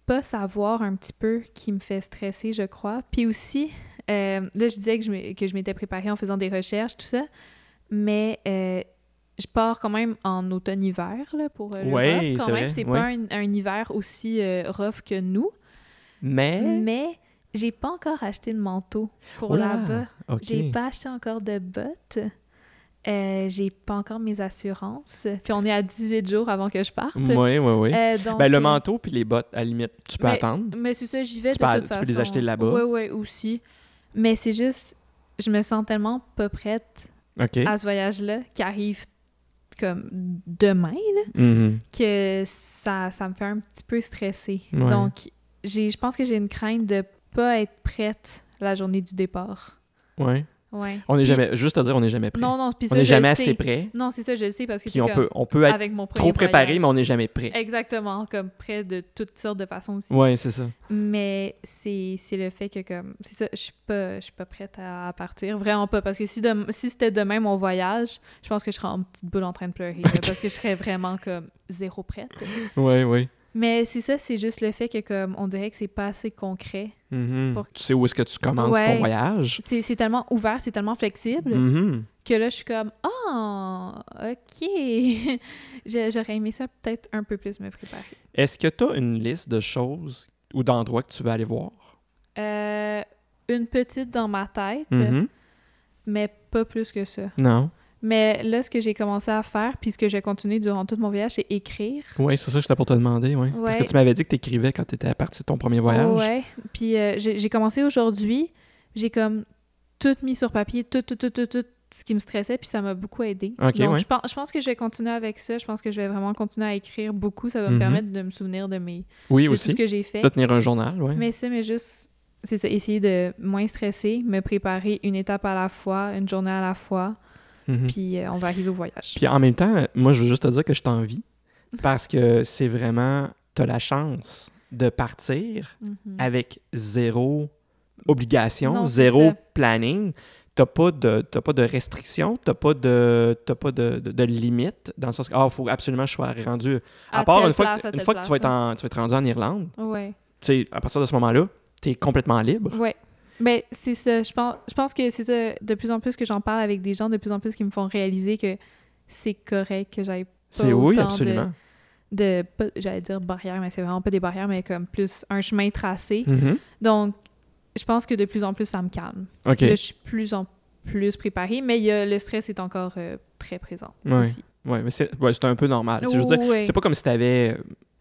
B: pas savoir un petit peu qui me fait stresser, je crois. Puis aussi, euh, là, je disais que je m'ai- que je m'étais préparée en faisant des recherches, tout ça, mais euh, je pars quand même en automne-hiver là, pour euh, l'Europe,
A: Ouais,
B: quand
A: c'est
B: même.
A: vrai,
B: C'est
A: ouais.
B: pas un, un hiver aussi euh, rough que nous,
A: Mais.
B: mais j'ai pas encore acheté de manteau pour
A: Oh là,
B: là-bas.
A: OK.
B: J'ai pas acheté encore de bottes. Euh, j'ai pas encore mes assurances. Puis on est à 18 jours avant que je parte.
A: Oui, oui, oui.
B: Euh, donc,
A: Ben, le
B: euh,
A: manteau puis les bottes, à la limite, tu peux
B: Mais-
A: attendre.
B: Mais c'est ça, j'y vais
A: Tu
B: de
A: peux-
B: toute
A: tu
B: façon.
A: peux les acheter là-bas.
B: Ouais, ouais, aussi. Mais c'est juste, je me sens tellement pas prête
A: OK.
B: à ce voyage-là qui arrive comme demain là,
A: Mhm.
B: que ça, ça me fait un petit peu stresser.
A: Ouais.
B: Donc, j'ai, je pense que j'ai une crainte de pas être prête la journée du départ.
A: Ouais.
B: Ouais.
A: On n'est
B: Puis-
A: jamais, juste à dire, on n'est jamais prêt.
B: Non, non, puis ça,
A: on n'est
B: je le
A: jamais
B: sais.
A: assez prêt.
B: Non, c'est ça, je le sais parce que
A: Puis
B: t'es
A: on
B: comme,
A: peut, on peut être
B: avec mon premier
A: trop préparé,
B: voyage.
A: mais on n'est jamais prêt.
B: Exactement, comme près de toutes sortes de façons aussi.
A: Ouais, c'est ça.
B: Mais c'est c'est le fait que, comme, c'est ça, je suis pas, je suis pas prête à, à partir. Vraiment pas. Parce que si, dem- si c'était demain mon voyage, je pense que je serais en petite boule en train de pleurer. là,
A: Ok.
B: parce que je serais vraiment, comme, zéro prête.
A: Ouais, ouais.
B: Mais c'est ça, c'est juste le fait que, comme, on dirait que c'est pas assez concret.
A: Mhm.
B: Pour-
A: Tu sais où est-ce que tu commences
B: Ouais.
A: ton voyage?
B: C'est c'est tellement ouvert, c'est tellement flexible
A: Mhm.
B: que là, je suis comme, ah, OK. Je- J'aurais aimé ça peut-être un peu plus me préparer.
A: Est-ce que tu as une liste de choses ou d'endroits que tu veux aller voir?
B: Euh, une petite dans ma tête,
A: Mhm.
B: mais pas plus que ça.
A: Non.
B: Mais là, ce que j'ai commencé à faire, puis ce que j'ai continué durant tout mon voyage, c'est écrire.
A: Oui, c'est ça, j'étais pour te demander. Ouais. Parce que
B: Ouais.
A: tu m'avais dit que tu écrivais quand tu étais parti de ton premier voyage.
B: Ouais. Puis euh, j'ai j'ai commencé aujourd'hui. J'ai comme tout mis sur papier, tout, tout, tout, tout, tout ce qui me stressait, puis ça m'a beaucoup aidé.
A: Ok,
B: Donc,
A: ouais.
B: je, pense, je pense que je vais continuer avec ça. Je pense que je vais vraiment continuer à écrire beaucoup. Ça va
A: Mhm.
B: me permettre de me souvenir de, mes,
A: Oui,
B: de tout ce
A: aussi.
B: que j'ai fait.
A: De tenir un journal, oui.
B: Mais ça, mais juste, c'est ça, essayer de moins stresser, me préparer une étape à la fois, une journée à la fois, puis euh, on va arriver au voyage.
A: Mm-hmm. Mhm. Puis en même temps, moi, je veux juste te dire que je t'envie parce que c'est vraiment, tu as la chance de partir
B: Mhm.
A: avec zéro obligation,
B: Non, c'est
A: zéro
B: ça.
A: planning. T'as pas de t'as pas de restrictions, t'as pas de t'as pas de, de, de limite dans le sens que ah faut absolument que je sois rendu à,
B: À
A: part
B: telle
A: une fois
B: place,
A: que,
B: à
A: une
B: telle
A: fois que tu vas être
B: place, hein.
A: en- tu vas être rendu en Irlande,
B: Ouais.
A: tu sais à partir de ce moment-là, tu es complètement libre.
B: Ouais. Mais c'est ça, je pense, je pense que c'est ça, de plus en plus que j'en parle avec des gens, de plus en plus qui me font réaliser que c'est correct que j'aille
A: C'est oui,
B: autant de-
A: absolument.
B: de, pas- j'allais dire barrière, mais c'est vraiment pas des barrières, mais comme plus un chemin tracé.
A: Mhm.
B: Donc, je pense que de plus en plus, ça me calme.
A: OK.
B: Là, je suis plus en plus préparée, mais il y a- le stress est encore euh, très présent
A: Ouais.
B: aussi.
A: Ouais, mais c'est ouais, c'est un peu normal. Tu sais, je veux dire,
B: Ouais.
A: c'est pas comme si tu avais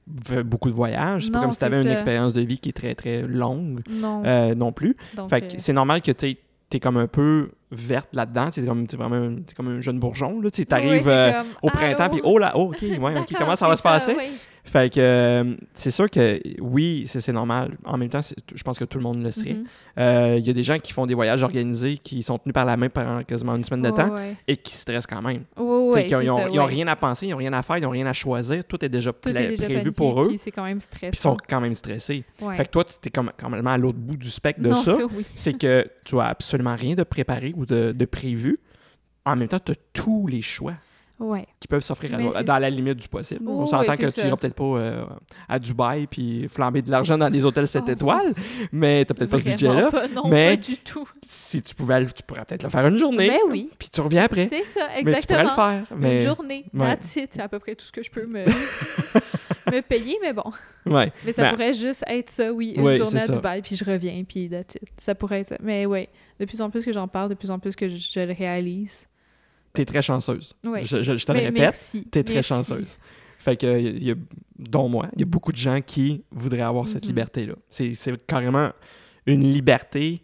A: beaucoup de voyages, c'est pas
B: Non,
A: comme si tu
B: c'est
A: avais une
B: ça.
A: expérience de vie qui est très très longue
B: Non.
A: euh, non plus.
B: donc,
A: Fait
B: euh,
A: que c'est normal que tu es comme un peu verte là-dedans. Tu es comme, t'es vraiment t'es comme un jeune bourgeon. Tu
B: oui,
A: arrives
B: c'est
A: euh, au
B: comme,
A: printemps,
B: Allô?
A: puis oh là, oh, OK, ouais, OK,
B: D'accord,
A: comment ça va
B: c'est
A: se passer?
B: oui.
A: Fait que euh, c'est sûr que oui, c'est c'est normal. En même temps, c'est- je pense que tout le monde le sait. Euh,
B: Mhm.
A: Il y a des gens qui font des voyages organisés qui sont tenus par la main pendant quasiment une semaine de
B: Ouais,
A: temps
B: ouais.
A: et qui stressent quand même.
B: Ouais,
A: T'sais,
B: ouais,
A: qu'ils ont-
B: c'est
A: ils n'ont
B: ça, ouais.
A: rien à penser, ils n'ont rien à faire, ils n'ont rien à choisir. Tout est déjà,
B: Tout
A: pla-
B: est déjà
A: prévu
B: planifié,
A: pour eux.
B: puis
A: Puis
B: c'est quand même stressant.
A: ils sont quand même stressés.
B: Ouais.
A: Fait que toi, tu es comme, quand même à l'autre bout du spectre de
B: non,
A: ça.
B: oui.
A: c'est que tu as absolument rien de préparé ou de, de prévu. En même temps, tu as tous les choix
B: Ouais.
A: qui peuvent s'offrir à
B: Mais
A: toi
B: c'est
A: dans la limite du possible.
B: Oui,
A: On s'entend
B: oui,
A: que
B: c'est
A: tu
B: ça.
A: iras peut-être pas euh, à Dubaï puis flamber de l'argent dans des hôtels 7
B: Oh.
A: étoiles, mais tu peut-être pas ce
B: Vraiment
A: budget-là.
B: pas, non,
A: mais-
B: pas du tout.
A: Si tu pouvais, le- tu pourrais peut-être le faire une journée,
B: Mais Ben oui.
A: puis tu reviens après.
B: C'est ça, exactement.
A: Mais tu pourrais le faire. Mais...
B: Une journée,
A: Ouais.
B: that's it. C'est à peu près tout ce que je peux me, me payer, mais bon.
A: Ouais.
B: Mais ça
A: Ben,
B: pourrait juste être ça, oui, une
A: Ouais,
B: journée
A: c'est
B: à
A: ça.
B: Dubaï, puis je reviens, puis that's it. Ça pourrait être ça. Mais oui, de plus en plus que j'en parle, de plus en plus que je, je le réalise.
A: T'es très chanceuse.
B: Ouais.
A: Je, je- je te le
B: Mais
A: répète,
B: merci.
A: t'es très
B: merci.
A: chanceuse. Fait que, y a- y a- dont moi, il y a beaucoup de gens qui voudraient avoir cette
B: Mhm.
A: liberté-là. C'est c'est carrément une liberté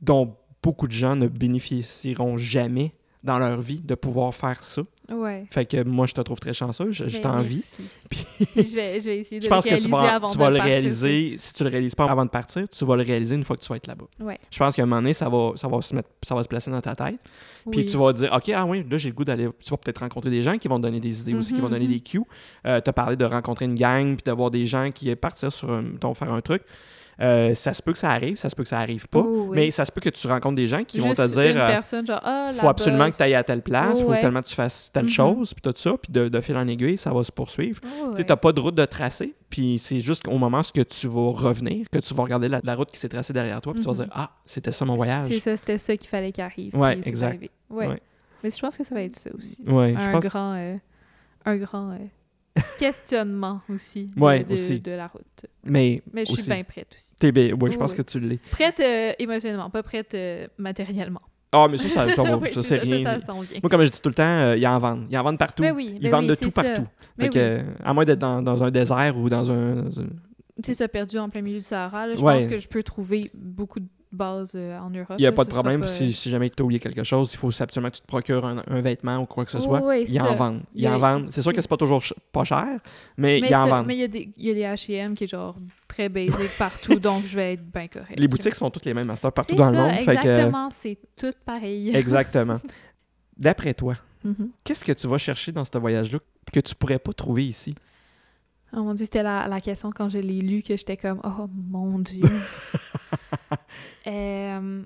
A: dont beaucoup de gens ne bénéficieront jamais dans leur vie de pouvoir faire ça.
B: Ouais.
A: Fait que moi, je te trouve très chanceuse, je, je
B: Ben,
A: t'envie.
B: merci.
A: Puis-
B: Puis je vais, je vais essayer de
A: Je pense
B: le
A: que tu
B: réaliser
A: vas,
B: avant
A: tu
B: de
A: vas le
B: partir.
A: réaliser, si tu le réalises pas avant de partir, tu vas le réaliser une fois que tu vas être là-bas.
B: Ouais.
A: Je pense qu'à un moment donné, ça va, ça, va se mettre, ça va se placer dans ta tête. Puis
B: Oui.
A: tu vas dire, OK, ah oui, là, j'ai le goût d'aller. Tu vas peut-être rencontrer des gens qui vont te donner des idées aussi, qui
B: Mhm,
A: vont te donner
B: mhm.
A: des cues. Euh, tu as parlé de rencontrer une gang, puis d'avoir des gens qui partir sur, un- mettons, faire un truc. Euh, ça se peut que ça arrive, ça se peut que ça arrive pas.
B: Oh, oui.
A: Mais ça se peut que tu rencontres des gens qui
B: Juste
A: vont te
B: une
A: dire, euh,
B: personne, genre, Ah,
A: faut
B: là-bas,
A: absolument que tu ailles à telle place,
B: Oh,
A: faut
B: ouais.
A: tellement que tu fasses telle
B: Mhm.
A: chose, puis tout ça, puis de, de fil en aiguille, ça va se poursuivre.
B: Oh,
A: Tu
B: ouais.
A: n'as pas de route de tracée, puis c'est juste au moment où tu vas revenir que tu vas regarder la, la route qui s'est tracée derrière toi, puis tu vas
B: Mhm.
A: dire, ah, c'était ça mon voyage.
B: C'est ça, c'était ça qu'il fallait qu'il arrive.
A: Ouais,
B: puis c'est
A: exact.
B: arrivé. Ouais.
A: Ouais.
B: Mais je pense que ça va être ça aussi.
A: Ouais, je
B: un,
A: pense.
B: grand, euh, un grand euh, questionnement aussi de,
A: Ouais,
B: de-
A: aussi.
B: de la route.
A: Mais,
B: Mais je suis
A: Aussi.
B: bien prête aussi.
A: t'es bien, ouais, je
B: Oh,
A: pense
B: oui.
A: que tu l'es.
B: Prête euh, émotionnellement, pas prête euh, matériellement.
A: Ah, mais ça, ça, ça, va-
B: Oui,
A: ça,
B: c'est
A: c'est
B: ça,
A: rien.
B: Ça, ça s'en vient.
A: Moi, comme je dis tout le temps, euh, ils en vendent. Ils en vendent partout.
B: Ben oui,
A: ils
B: ben
A: vendent
B: oui,
A: de
B: c'est
A: tout
B: ça.
A: partout.
B: Ben
A: fait que, euh, à moins d'être dans, dans un désert ou dans un. dans un-
B: oui. Tu sais, ça perdu en plein milieu du Sahara, là, je
A: Ouais.
B: pense que je peux trouver beaucoup de bases euh, en Europe.
A: Il n'y a
B: là,
A: pas de
B: ça sera
A: problème.
B: pas,
A: Si,
B: euh,
A: si jamais tu as oublié quelque chose, il faut absolument que tu te procures un, un vêtement ou quoi que ce soit.
B: Ouais,
A: ils en
B: ça.
A: vendent. Ils
B: Il y a-
A: en vendent. C'est sûr que c'est pas toujours ch- pas cher, mais,
B: Mais
A: ils en
B: ça-
A: vendent.
B: mais il y a des- il y a des H&M qui est genre très basic partout, donc je vais être bien correct.
A: Les boutiques sont toutes les mêmes masters partout
B: C'est
A: dans le
B: ça,
A: monde. fait que-
B: Exactement, c'est tout pareil.
A: exactement. D'après toi,
B: Mhm.
A: qu'est-ce que tu vas chercher dans ce voyage-là que tu pourrais pas trouver ici?
B: Oh mon dieu, c'était la, la question quand je l'ai lu que j'étais comme oh mon dieu. Euh,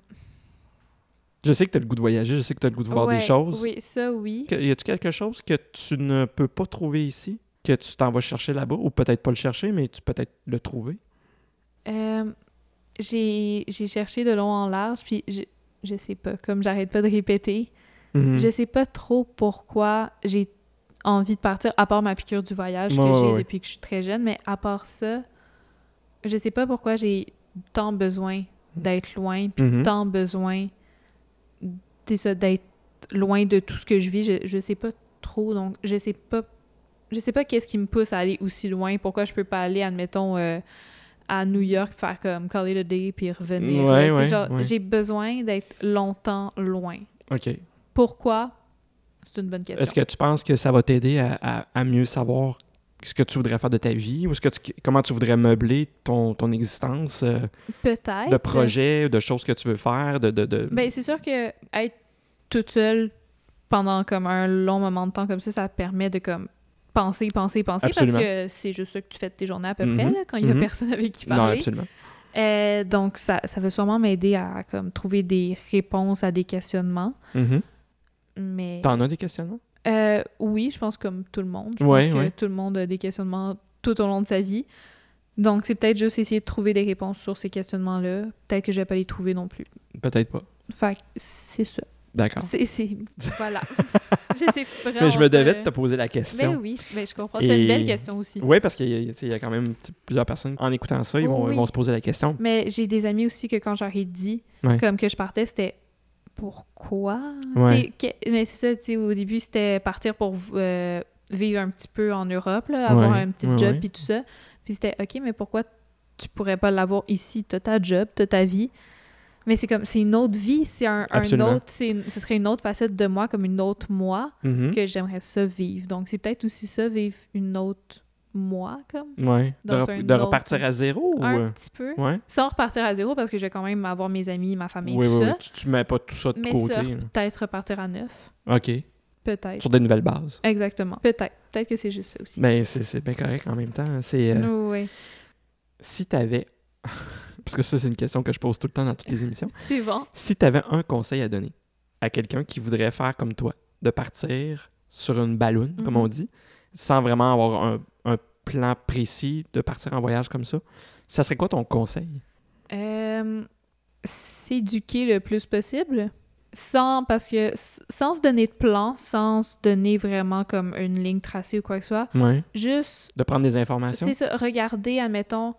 A: Je sais que tu as le goût de voyager, je sais que tu as le goût de voir
B: ouais,
A: des choses.
B: Oui, ça oui.
A: Que- Y a-tu quelque chose que tu ne peux pas trouver ici, que tu t'en vas chercher là-bas, ou peut-être pas le chercher, mais tu peut-être le trouver?
B: Euh, j'ai j'ai cherché de long en large puis je, je sais pas, comme j'arrête pas de répéter,
A: Mhm.
B: je sais pas trop pourquoi j'ai envie de partir à part ma piqûre du voyage
A: Ouais,
B: que
A: ouais,
B: j'ai
A: ouais.
B: depuis que je suis très jeune, mais à part ça, je sais pas pourquoi j'ai tant besoin
A: Hmm.
B: d'être loin puis
A: Mhm.
B: tant besoin c'est ça, d'être loin de tout ce que je vis. Je, je sais pas trop, donc je sais pas je sais pas qu'est-ce qui me pousse à aller aussi loin. Pourquoi je peux pas aller, admettons, euh, à New York, faire comme call it a day puis revenir.
A: Ouais,
B: là. C'est
A: ouais,
B: genre,
A: ouais.
B: j'ai besoin d'être longtemps loin.
A: OK.
B: Pourquoi? C'est une bonne question.
A: Est-ce que tu penses que ça va t'aider à, à- à mieux savoir ce que tu voudrais faire de ta vie ou ce que tu- comment tu voudrais meubler ton, ton existence euh,
B: Peut-être.
A: de projets, de choses que tu veux faire, de... de, de-
B: Ben, c'est sûr que être toute seule pendant comme un long moment de temps comme ça, ça permet de comme penser, penser, penser,
A: Absolument.
B: parce que c'est juste ça que tu fais de tes journées à peu près,
A: Mhm.
B: là, quand il y a
A: Mhm.
B: personne avec qui
A: non,
B: parler.
A: absolument.
B: Euh, donc, ça, ça va sûrement m'aider à comme trouver des réponses à des questionnements.
A: Mhm.
B: Mais
A: T'en as des questionnements?
B: euh, oui, je pense comme tout le monde. Je
A: Ouais,
B: pense que
A: ouais.
B: tout le monde a des questionnements tout au long de sa vie. Donc, c'est peut-être juste essayer de trouver des réponses sur ces questionnements-là. Peut-être que je vais pas les trouver non plus.
A: Peut-être pas.
B: Fait que c'est ça.
A: D'accord.
B: C'est, c'est... Voilà. je sais vraiment
A: Mais je me devais
B: pas.
A: de te poser la question.
B: Mais oui, mais je comprends. C'est
A: Et-
B: une belle question aussi.
A: Oui, parce qu'il y, a- tu sais, il y a quand même tu sais, plusieurs personnes en écoutant ça, ils
B: Oh,
A: vont, ils
B: oui.
A: vont se poser la question.
B: Mais j'ai des amis aussi que quand j'aurais dit
A: Ouais.
B: comme que je partais, c'était pourquoi?
A: Ouais.
B: T'sais, que- Mais c'est ça, tu sais, au début, c'était partir pour euh, vivre un petit peu en Europe, là, avoir
A: Ouais,
B: un petit
A: ouais,
B: job
A: ouais.
B: puis tout ça. Puis c'était OK, mais pourquoi tu pourrais pas l'avoir ici? T'as ta job, t'as ta vie. Mais c'est comme c'est une autre vie, c'est un, un
A: Absolument.
B: autre, c'est une- ce serait une autre facette de moi, comme une autre moi
A: Mhm.
B: que j'aimerais ça vivre. Donc c'est peut-être aussi ça, vivre une autre moi, comme
A: Ouais. De,
B: Dans
A: re-
B: un
A: de
B: autre-
A: repartir à zéro ou...
B: un
A: euh,
B: petit peu.
A: Ouais.
B: Sans repartir à zéro parce que je vais quand même avoir mes amis, ma famille,
A: Oui,
B: tout
A: oui,
B: ça.
A: oui. Tu, tu mets pas tout ça de
B: Mais
A: côté.
B: ça,
A: là.
B: peut-être repartir à neuf.
A: OK.
B: Peut-être.
A: Sur des nouvelles bases.
B: Exactement. Peut-être. Peut-être que c'est juste ça aussi.
A: Ben, c'est c'est bien correct en même temps. hein. C'est euh,
B: Oui,
A: si t'avais... Parce que ça, c'est une question que je pose tout le temps dans toutes les émissions.
B: c'est bon.
A: Si t'avais un conseil à donner à quelqu'un qui voudrait faire comme toi, de partir sur une balloune, comme
B: Mhm.
A: on dit, sans vraiment avoir un, un plan précis de partir en voyage comme ça, ça serait quoi ton conseil?
B: Euh, S'éduquer le plus possible. Sans, parce que, sans se donner de plan, sans se donner vraiment comme une ligne tracée ou quoi que ce soit,
A: Ouais.
B: juste
A: De prendre des informations?
B: C'est ça, regarder, admettons,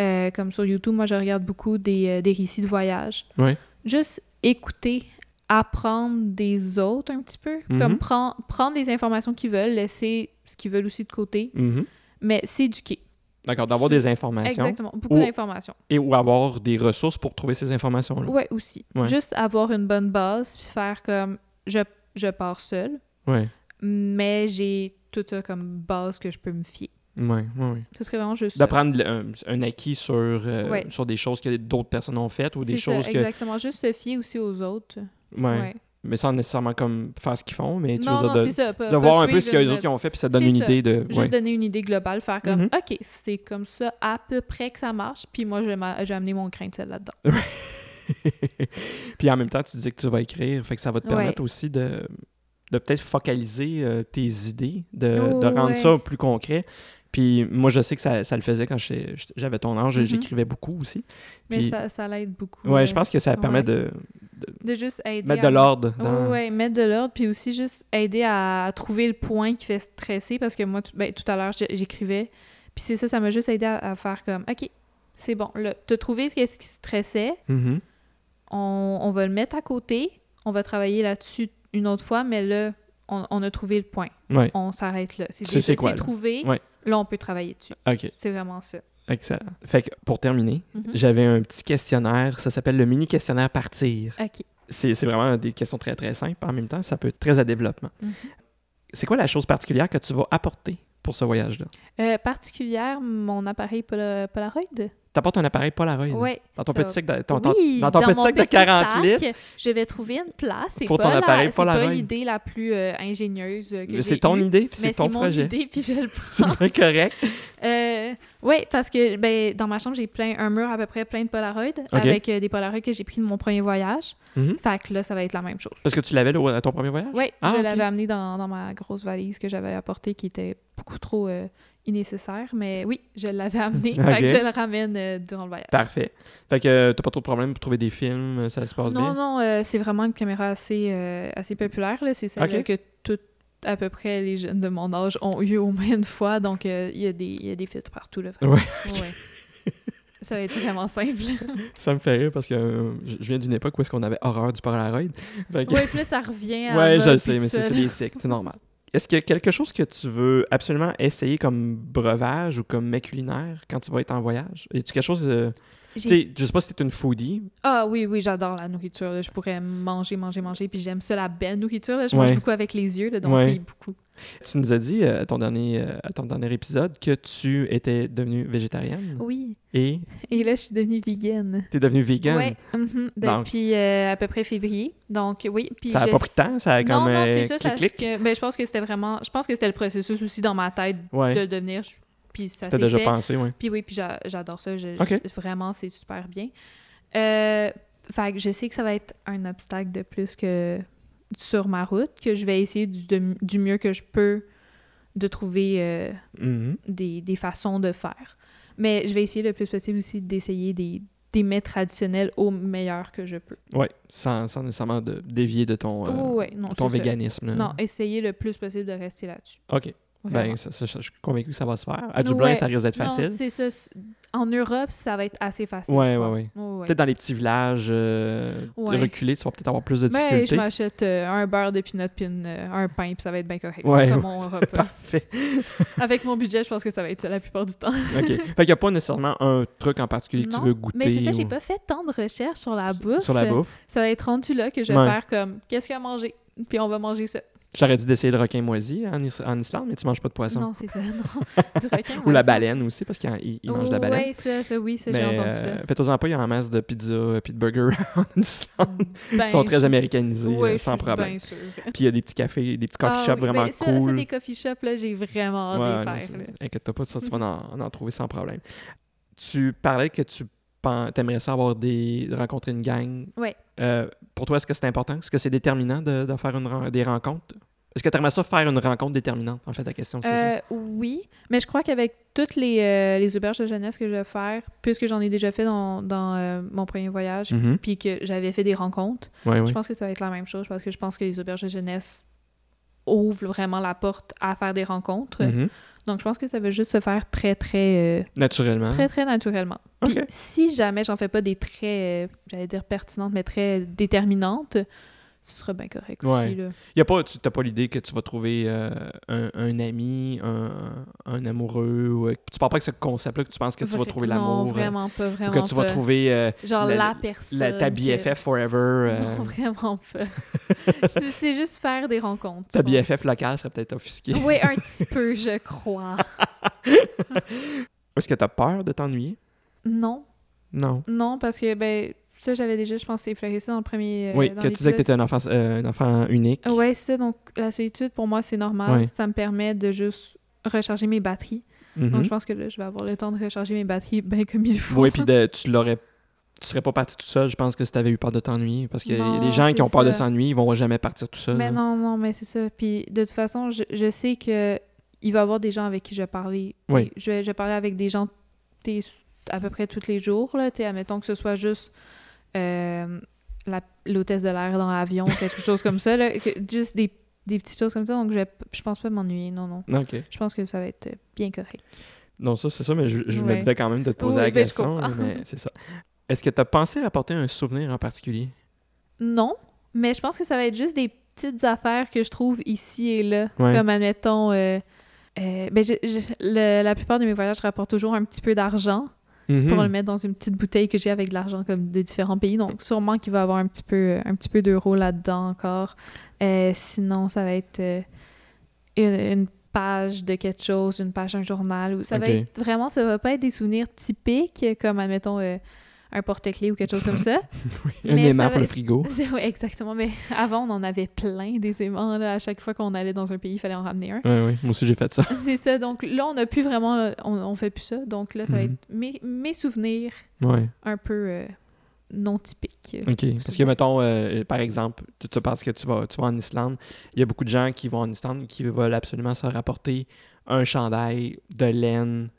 B: euh, comme sur YouTube, moi je regarde beaucoup des, euh, des récits de voyage.
A: Ouais.
B: Juste écouter, apprendre des autres un petit peu.
A: Mhm.
B: Comme prendre, prendre les informations qu'ils veulent, laisser ce qu'ils veulent aussi de côté,
A: Mhm.
B: mais s'éduquer.
A: D'accord, d'avoir des informations
B: Exactement, beaucoup
A: Ou-
B: d'informations.
A: et ou avoir des ressources pour trouver ces informations-là.
B: Ouais, aussi.
A: Ouais.
B: Juste avoir une bonne base, puis faire comme je, je pars seule,
A: Ouais,
B: mais j'ai tout ça comme base que je peux me fier.
A: ouais, ouais. ouais.
B: Ce serait vraiment juste. ça.
A: D'apprendre le- un, un acquis sur, euh,
B: Ouais.
A: sur des choses que d'autres personnes ont faites ou des
B: C'est ça,
A: choses que.
B: Exactement, juste se fier aussi aux autres.
A: Ouais.
B: Ouais.
A: Mais sans nécessairement comme faire ce qu'ils font, mais tu
B: non,
A: veux dire
B: non,
A: de,
B: c'est ça. Pas,
A: de
B: pas
A: voir un peu ce que
B: suivre
A: les
B: Euh, une-
A: autres ont fait, puis ça te donne
B: C'est
A: une
B: ça.
A: idée de.
B: Juste
A: ouais.
B: donner une idée globale, faire comme,
A: Mhm.
B: OK, c'est comme ça à peu près que ça marche, puis moi, je vais, m'a- je vais amener mon grain de sel là-dedans.
A: puis en même temps, tu dis que tu vas écrire, fait que ça va te
B: Ouais.
A: permettre aussi de, de peut-être focaliser euh, tes idées, de,
B: Oh,
A: de rendre
B: ouais.
A: ça plus concret. Puis moi, je sais que ça, ça le faisait quand j'étais- j'avais ton âge,
B: Mhm.
A: j'écrivais beaucoup aussi.
B: Mais
A: Puis-
B: ça, ça l'aide beaucoup.
A: Ouais,
B: euh,
A: je pense que ça permet
B: ouais.
A: de
B: De juste aider.
A: mettre de
B: à-
A: l'ordre
B: Oui,
A: dans.
B: oui, mettre de l'ordre, puis aussi juste aider à trouver le point qui fait stresser, parce que moi, tout, ben, tout à l'heure, j'ai- j'écrivais, puis c'est ça, ça m'a juste aidé à, à faire comme, OK, c'est bon, là, t'as trouvé ce qui stressait,
A: Mhm.
B: on, on va le mettre à côté, on va travailler là-dessus une autre fois, mais là, on, on a trouvé le point.
A: Ouais.
B: On s'arrête là. C'est
A: Tu sais c'est
B: déjà-
A: quoi,
B: c'est
A: là.
B: trouvé,
A: Ouais.
B: là, on peut travailler dessus.
A: OK,
B: C'est vraiment ça.
A: excellent. Fait que pour terminer,
B: Mhm.
A: j'avais un petit questionnaire, ça s'appelle le mini questionnaire partir.
B: OK.
A: C'est c'est vraiment des questions très très simples en même temps, ça peut être très à développement.
B: Mhm.
A: C'est quoi la chose particulière que tu vas apporter pour ce voyage-là?
B: Euh, particulière, mon appareil pol- Polaroid.
A: T'apportes un appareil Polaroid
B: Ouais.
A: dans ton
B: t'as-
A: petit sac de, ton- ton-
B: oui,
A: dans ton petit
B: mon
A: sac de
B: petit
A: 40
B: sac,
A: litres.
B: Je vais trouver une place. C'est
A: Pour
B: pas
A: ton
B: la-
A: appareil
B: c'est pas
A: Polaroid.
B: l'idée la plus euh, ingénieuse euh, que j'ai
A: C'est ton
B: eue,
A: idée, puis
B: mais
A: c'est ton
B: mon
A: projet.
B: idée, puis je le
A: C'est
B: prends.
A: bien correct.
B: Euh, oui, parce que ben, dans ma chambre, j'ai plein un mur à peu près plein de Polaroid avec euh, des Polaroids que j'ai pris de mon premier voyage.
A: Mhm.
B: Fait que là, ça va être la même chose.
A: Parce que tu l'avais là, au- à ton premier voyage?
B: Oui,
A: Ah,
B: je
A: ok.
B: l'avais amené dans, dans ma grosse valise que j'avais apportée qui était beaucoup trop euh, innécessaire, mais oui, je l'avais amené. Fait
A: Ok.
B: que je le ramène euh, durant le voyage.
A: Parfait. Fait que euh, t'as pas trop de problème pour trouver des films, euh, ça se passe
B: Non,
A: bien.
B: non, euh, c'est vraiment une caméra assez, euh, assez populaire. là. C'est celle
A: Ok.
B: que toutes, à peu près, les jeunes de mon âge ont eu au moins une fois. Donc, euh, il y a des- il y, a des filtres partout. Là, Fait que-
A: Ouais.
B: ouais. Ça va être vraiment simple.
A: Ça me fait rire parce que euh, je je viens d'une époque où est-ce qu'on avait horreur du Polaroid. Fait que-
B: oui, plus ça revient à.
A: Ouais,
B: la
A: je
B: mode,
A: le sais,
B: puis
A: mais
B: tout
A: c'est
B: ça,
A: c'est
B: là.
A: des cycles, c'est normal. Est-ce qu'il y a quelque chose que tu veux absolument essayer comme breuvage ou comme mets culinaire quand tu vas être en voyage? Y a-tu quelque chose de... Tu
B: J'ai-
A: sais, je sais pas si t'es une foodie.
B: Ah oui, oui, j'adore la nourriture. là. Je pourrais manger, manger, manger. Puis j'aime ça, la belle nourriture. là. Je
A: Ouais.
B: mange beaucoup avec les yeux, là, donc
A: Ouais.
B: oui, beaucoup.
A: Tu nous as dit euh, à ton dernier, euh, à ton dernier épisode que tu étais devenue végétarienne
B: Oui.
A: et
B: Et là, je suis devenue vegan.
A: t'es devenue vegan.
B: Ouais, mhm,
A: Donc-
B: Depuis euh, à peu près février. Donc oui. Puis
A: Ça a
B: je
A: pas pris de temps, ça a
B: Non,
A: comme
B: non,
A: euh,
B: c'est ça. ça
A: clic-clic.
B: que- ben, je pense que c'était vraiment. Je pense que c'était le processus aussi dans ma tête
A: Ouais,
B: de devenir. je- Puis ça
A: c'était
B: s'est
A: déjà
B: fait.
A: pensé, ouais.
B: Puis oui, puis j'a- j'adore ça. je-
A: Ok.
B: je- vraiment, c'est super bien. Euh, fait que je sais que ça va être un obstacle de plus que sur ma route, que je vais essayer du, de- du mieux que je peux de trouver euh,
A: Mhm.
B: des, des façons de faire. Mais je vais essayer le plus possible aussi d'essayer des, des mets traditionnels au meilleur que je peux.
A: Ouais, sans, sans nécessairement de, dévier de ton, euh,
B: Oh, ouais, non,
A: de ton
B: c'est ça.
A: véganisme. là.
B: Non, essayer le plus possible de rester là-dessus.
A: OK.
B: Vraiment.
A: Ben, ça- ça- je suis convaincu que ça va se faire. À Dublin,
B: Ouais.
A: ça risque d'être
B: Non,
A: facile.
B: c'est ça. c'est- En Europe, ça va être assez facile.
A: Ouais,
B: je crois.
A: ouais, ouais.
B: Ouais, ouais.
A: Peut-être dans les petits villages euh,
B: Ouais.
A: reculés, tu vas peut-être avoir plus de
B: Mais Ben, je
A: difficultés.
B: m'achète euh, un beurre de peanut pin, euh, un pain, puis ça va être bien correct.
A: Ouais,
B: C'est
A: ouais.
B: comme mon repas.
A: Parfait.
B: Avec mon budget, je pense que ça va être ça la plupart du temps.
A: OK. Fait qu'il n'y a pas nécessairement un truc en particulier que
B: Non,
A: tu veux goûter.
B: Mais c'est ça, j'ai
A: ou-
B: pas fait tant de recherches sur la bouffe.
A: Sur la bouffe.
B: Ça va être rendu là que je vais
A: Ouais.
B: faire comme qu'est-ce qu'il y a à manger, puis on va manger ça.
A: J'aurais dit d'essayer le requin moisi en, Is- en Islande, mais tu manges pas de poisson.
B: Non, c'est ça, non. du requin.
A: Bah, Ou la
B: moisi.
A: baleine aussi, parce qu'ils mangent de la baleine.
B: Ouais, ça, ça, oui, ça, j'ai
A: mais
B: entendu
A: euh, faites-en pas, il y a en masse de pizza euh, puis de burger en
B: ça.
A: Islande.
B: Ben,
A: Ils sont très
B: je-
A: américanisés, euh,
B: ouais, je
A: sans
B: suis
A: problème.
B: bien sûre.
A: Puis il y a des petits cafés, des petits coffee
B: Ah
A: shops
B: oui,
A: vraiment
B: mais ça,
A: cool.
B: Ça, des coffee shops, là, j'ai vraiment hâte de
A: Ouais,
B: les
A: non,
B: faire. Ah, là.
A: c'est- Inquiète-toi pas, ça, tu vas en, en trouver sans problème. Tu parlais que tu pen- t'aimerais ça avoir des, rencontrer une gang.
B: Ouais.
A: Euh, pour toi, est-ce que c'est important? Est-ce que c'est déterminant de, de faire une, ren- des rencontres? Est-ce que tu aimerais ça faire une rencontre déterminante? En fait, la question, c'est ça.
B: Euh, oui, mais je crois qu'avec toutes les, euh, les auberges de jeunesse que je vais faire, puisque j'en ai déjà fait dans, dans, euh, mon premier voyage,
A: Mhm.
B: puis que j'avais fait des rencontres,
A: Ouais, ouais.
B: je pense que ça va être la même chose parce que je pense que les auberges de jeunesse ouvrent vraiment la porte à faire des rencontres.
A: Mhm.
B: Donc je pense que ça va juste se faire très, très, euh,
A: Naturellement.
B: très, très naturellement. Puis
A: Ah. OK.
B: si jamais j'en fais pas des très, euh, j'allais dire pertinentes, mais très déterminantes, ce sera bien correct
A: Ouais.
B: aussi. là.
A: Y a pas, tu n'as pas l'idée que tu vas trouver euh, un, un ami, un, un amoureux. Ou, euh, tu parles pas avec ce concept-là que tu penses que tu vas
B: Vra-
A: trouver
B: non,
A: l'amour. euh,
B: vraiment pas,
A: ou
B: vraiment
A: que tu vas
B: pas.
A: trouver euh,
B: Genre
A: la-
B: la,
A: la-
B: personne.
A: la, ta
B: que-
A: BFF forever. euh,
B: Non, vraiment pas. c'est, c'est juste faire des rencontres.
A: ta
B: je pense.
A: BFF locale serait peut-être offusquée.
B: Oui, un petit peu, je crois.
A: Est-ce que tu as peur de t'ennuyer?
B: Non,
A: Non.
B: non, parce que, ben, ça, j'avais déjà, je pense, effleuré ça dans le premier. euh,
A: oui,
B: dans
A: que tu disais que tu
B: l'épisode.
A: étais un enfant, euh, un enfant unique.
B: Ouais, c'est ça. Donc, la solitude, pour moi, c'est normal.
A: Ouais.
B: Ça me permet de juste recharger mes batteries.
A: Mhm.
B: Donc, je pense que là, je vais avoir le temps de recharger mes batteries bien comme il faut.
A: Oui, puis de- tu l'aurais. Tu serais pas parti tout seul, je pense que si tu avais eu peur de t'ennuyer. Parce que y a
B: Non,
A: des gens qui
B: c'est
A: ont peur de
B: ça.
A: s'ennuyer, ils vont jamais partir tout hein. seul.
B: Mais
A: là.
B: non, non, mais c'est ça. Puis de toute façon, je, je sais que il va y avoir des gens avec qui je vais parler. T'es-
A: Oui.
B: Je, vais- je vais parler avec des gens t'es, à peu près tous les jours. Là, t'es, admettons que ce soit juste euh, la- l'hôtesse de l'air dans l'avion, quelque chose comme ça. Là, que- juste des, des petites choses comme ça. Donc je, vais p- je pense pas m'ennuyer. Non, non.
A: OK.
B: Je pense que ça va être euh, bien correct.
A: Non, ça, c'est ça, mais je, je me
B: Ouais.
A: devais quand même de te poser
B: Oui,
A: la
B: ben, je
A: question.
B: comprends.
A: mais c'est ça. Est-ce que tu as pensé à porter un souvenir en particulier?
B: Non, mais je pense que ça va être juste des petites affaires que je trouve ici et là.
A: Ouais.
B: Comme, admettons, euh, euh, ben, je- je- le- la plupart de mes voyages, je rapporte toujours un petit peu d'argent
A: Mhm.
B: pour le mettre dans une petite bouteille que j'ai avec de l'argent comme de différents pays. Donc, sûrement qu'il va y avoir un petit peu, un petit peu d'euros là-dedans encore. Euh, sinon, ça va être euh, une, une page de quelque chose, une page, un journal. Ou ça
A: Ok.
B: va être vraiment, ça va pas être des souvenirs typiques, comme admettons euh, un porte-clés ou quelque chose comme ça.
A: Un
B: Mais ça
A: aimant
B: va-
A: pour le frigo.
B: C'est- ouais, exactement. Mais avant, on en avait plein des aimants. Là. À chaque fois qu'on allait dans un pays, il fallait en ramener un.
A: Ouais, ouais. Moi aussi, j'ai fait ça.
B: C'est ça. Donc là, on n'a plus vraiment, on, on fait plus ça. Donc là, ça va
A: Mhm.
B: être mes, mes souvenirs
A: Ouais.
B: un peu euh, non typiques.
A: OK. Parce que, mettons, euh, par exemple, tu te penses que tu vas, tu vas en Islande, il y a beaucoup de gens qui vont en Islande qui veulent absolument se rapporter un chandail de laine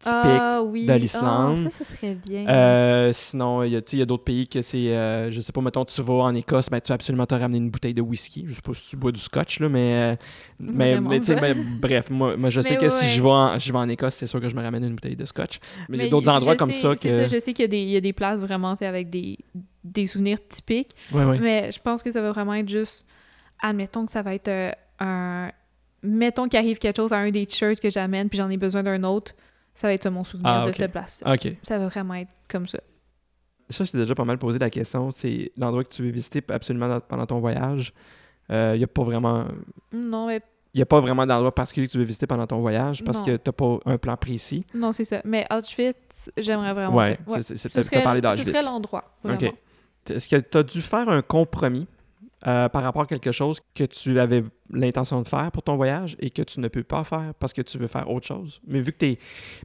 A: typique.
B: Ah oui.
A: de l'Islande.
B: Ah, ça, ça serait bien.
A: Euh, sinon, il y a, tu sais, il y a d'autres pays que c'est, euh, je sais pas, mettons, tu vas en Écosse, ben, tu vas absolument te ramener une bouteille de whisky. Je sais pas si tu bois du scotch, là, mais, euh, mais,
B: Vraiment
A: mais, tu sais,
B: pas.
A: mais bref, moi, moi, je
B: Mais
A: sais que
B: ouais,
A: si je
B: ouais.
A: vais, en, je vais en Écosse, c'est sûr que je me ramène une bouteille de scotch. Mais, il y a
B: Mais
A: d'autres
B: je
A: endroits comme
B: sais-
A: ça
B: c'est
A: que.
B: Je sais qu'il y, a des- il y a des places vraiment tu sais, avec des, des souvenirs typiques,
A: Ouais, ouais.
B: mais je pense que ça va vraiment être juste... Admettons que ça va être euh, un... Mettons qu'il arrive quelque chose à un des t-shirts que j'amène, puis j'en ai besoin d'un autre, ça va être ça mon souvenir
A: Ah,
B: de
A: ok.
B: cette place
A: OK.
B: Ça va vraiment être comme ça.
A: Ça, je t'ai déjà pas mal posé la question. C'est l'endroit que tu veux visiter absolument dans- pendant ton voyage. Il n'y a pas vraiment.
B: Non, mais...
A: Il a pas vraiment d'endroit particulier que tu veux visiter pendant ton voyage parce
B: Non.
A: que t'as pas un plan précis.
B: Non, c'est ça. Mais Auschwitz, j'aimerais vraiment
A: Ouais,
B: ça. Ben Ouais.
A: c'est- c'est-
B: Ce
A: t'as- t'as
B: serait-
A: parlé
B: Ce
A: d'Auschwitz.
B: serait l'endroit, vraiment.
A: Ok. Est-ce que tu as dû faire un compromis euh, par rapport à quelque chose que tu avais l'intention de faire pour ton voyage et que tu ne peux pas faire parce que tu veux faire autre chose? Mais vu que t'es...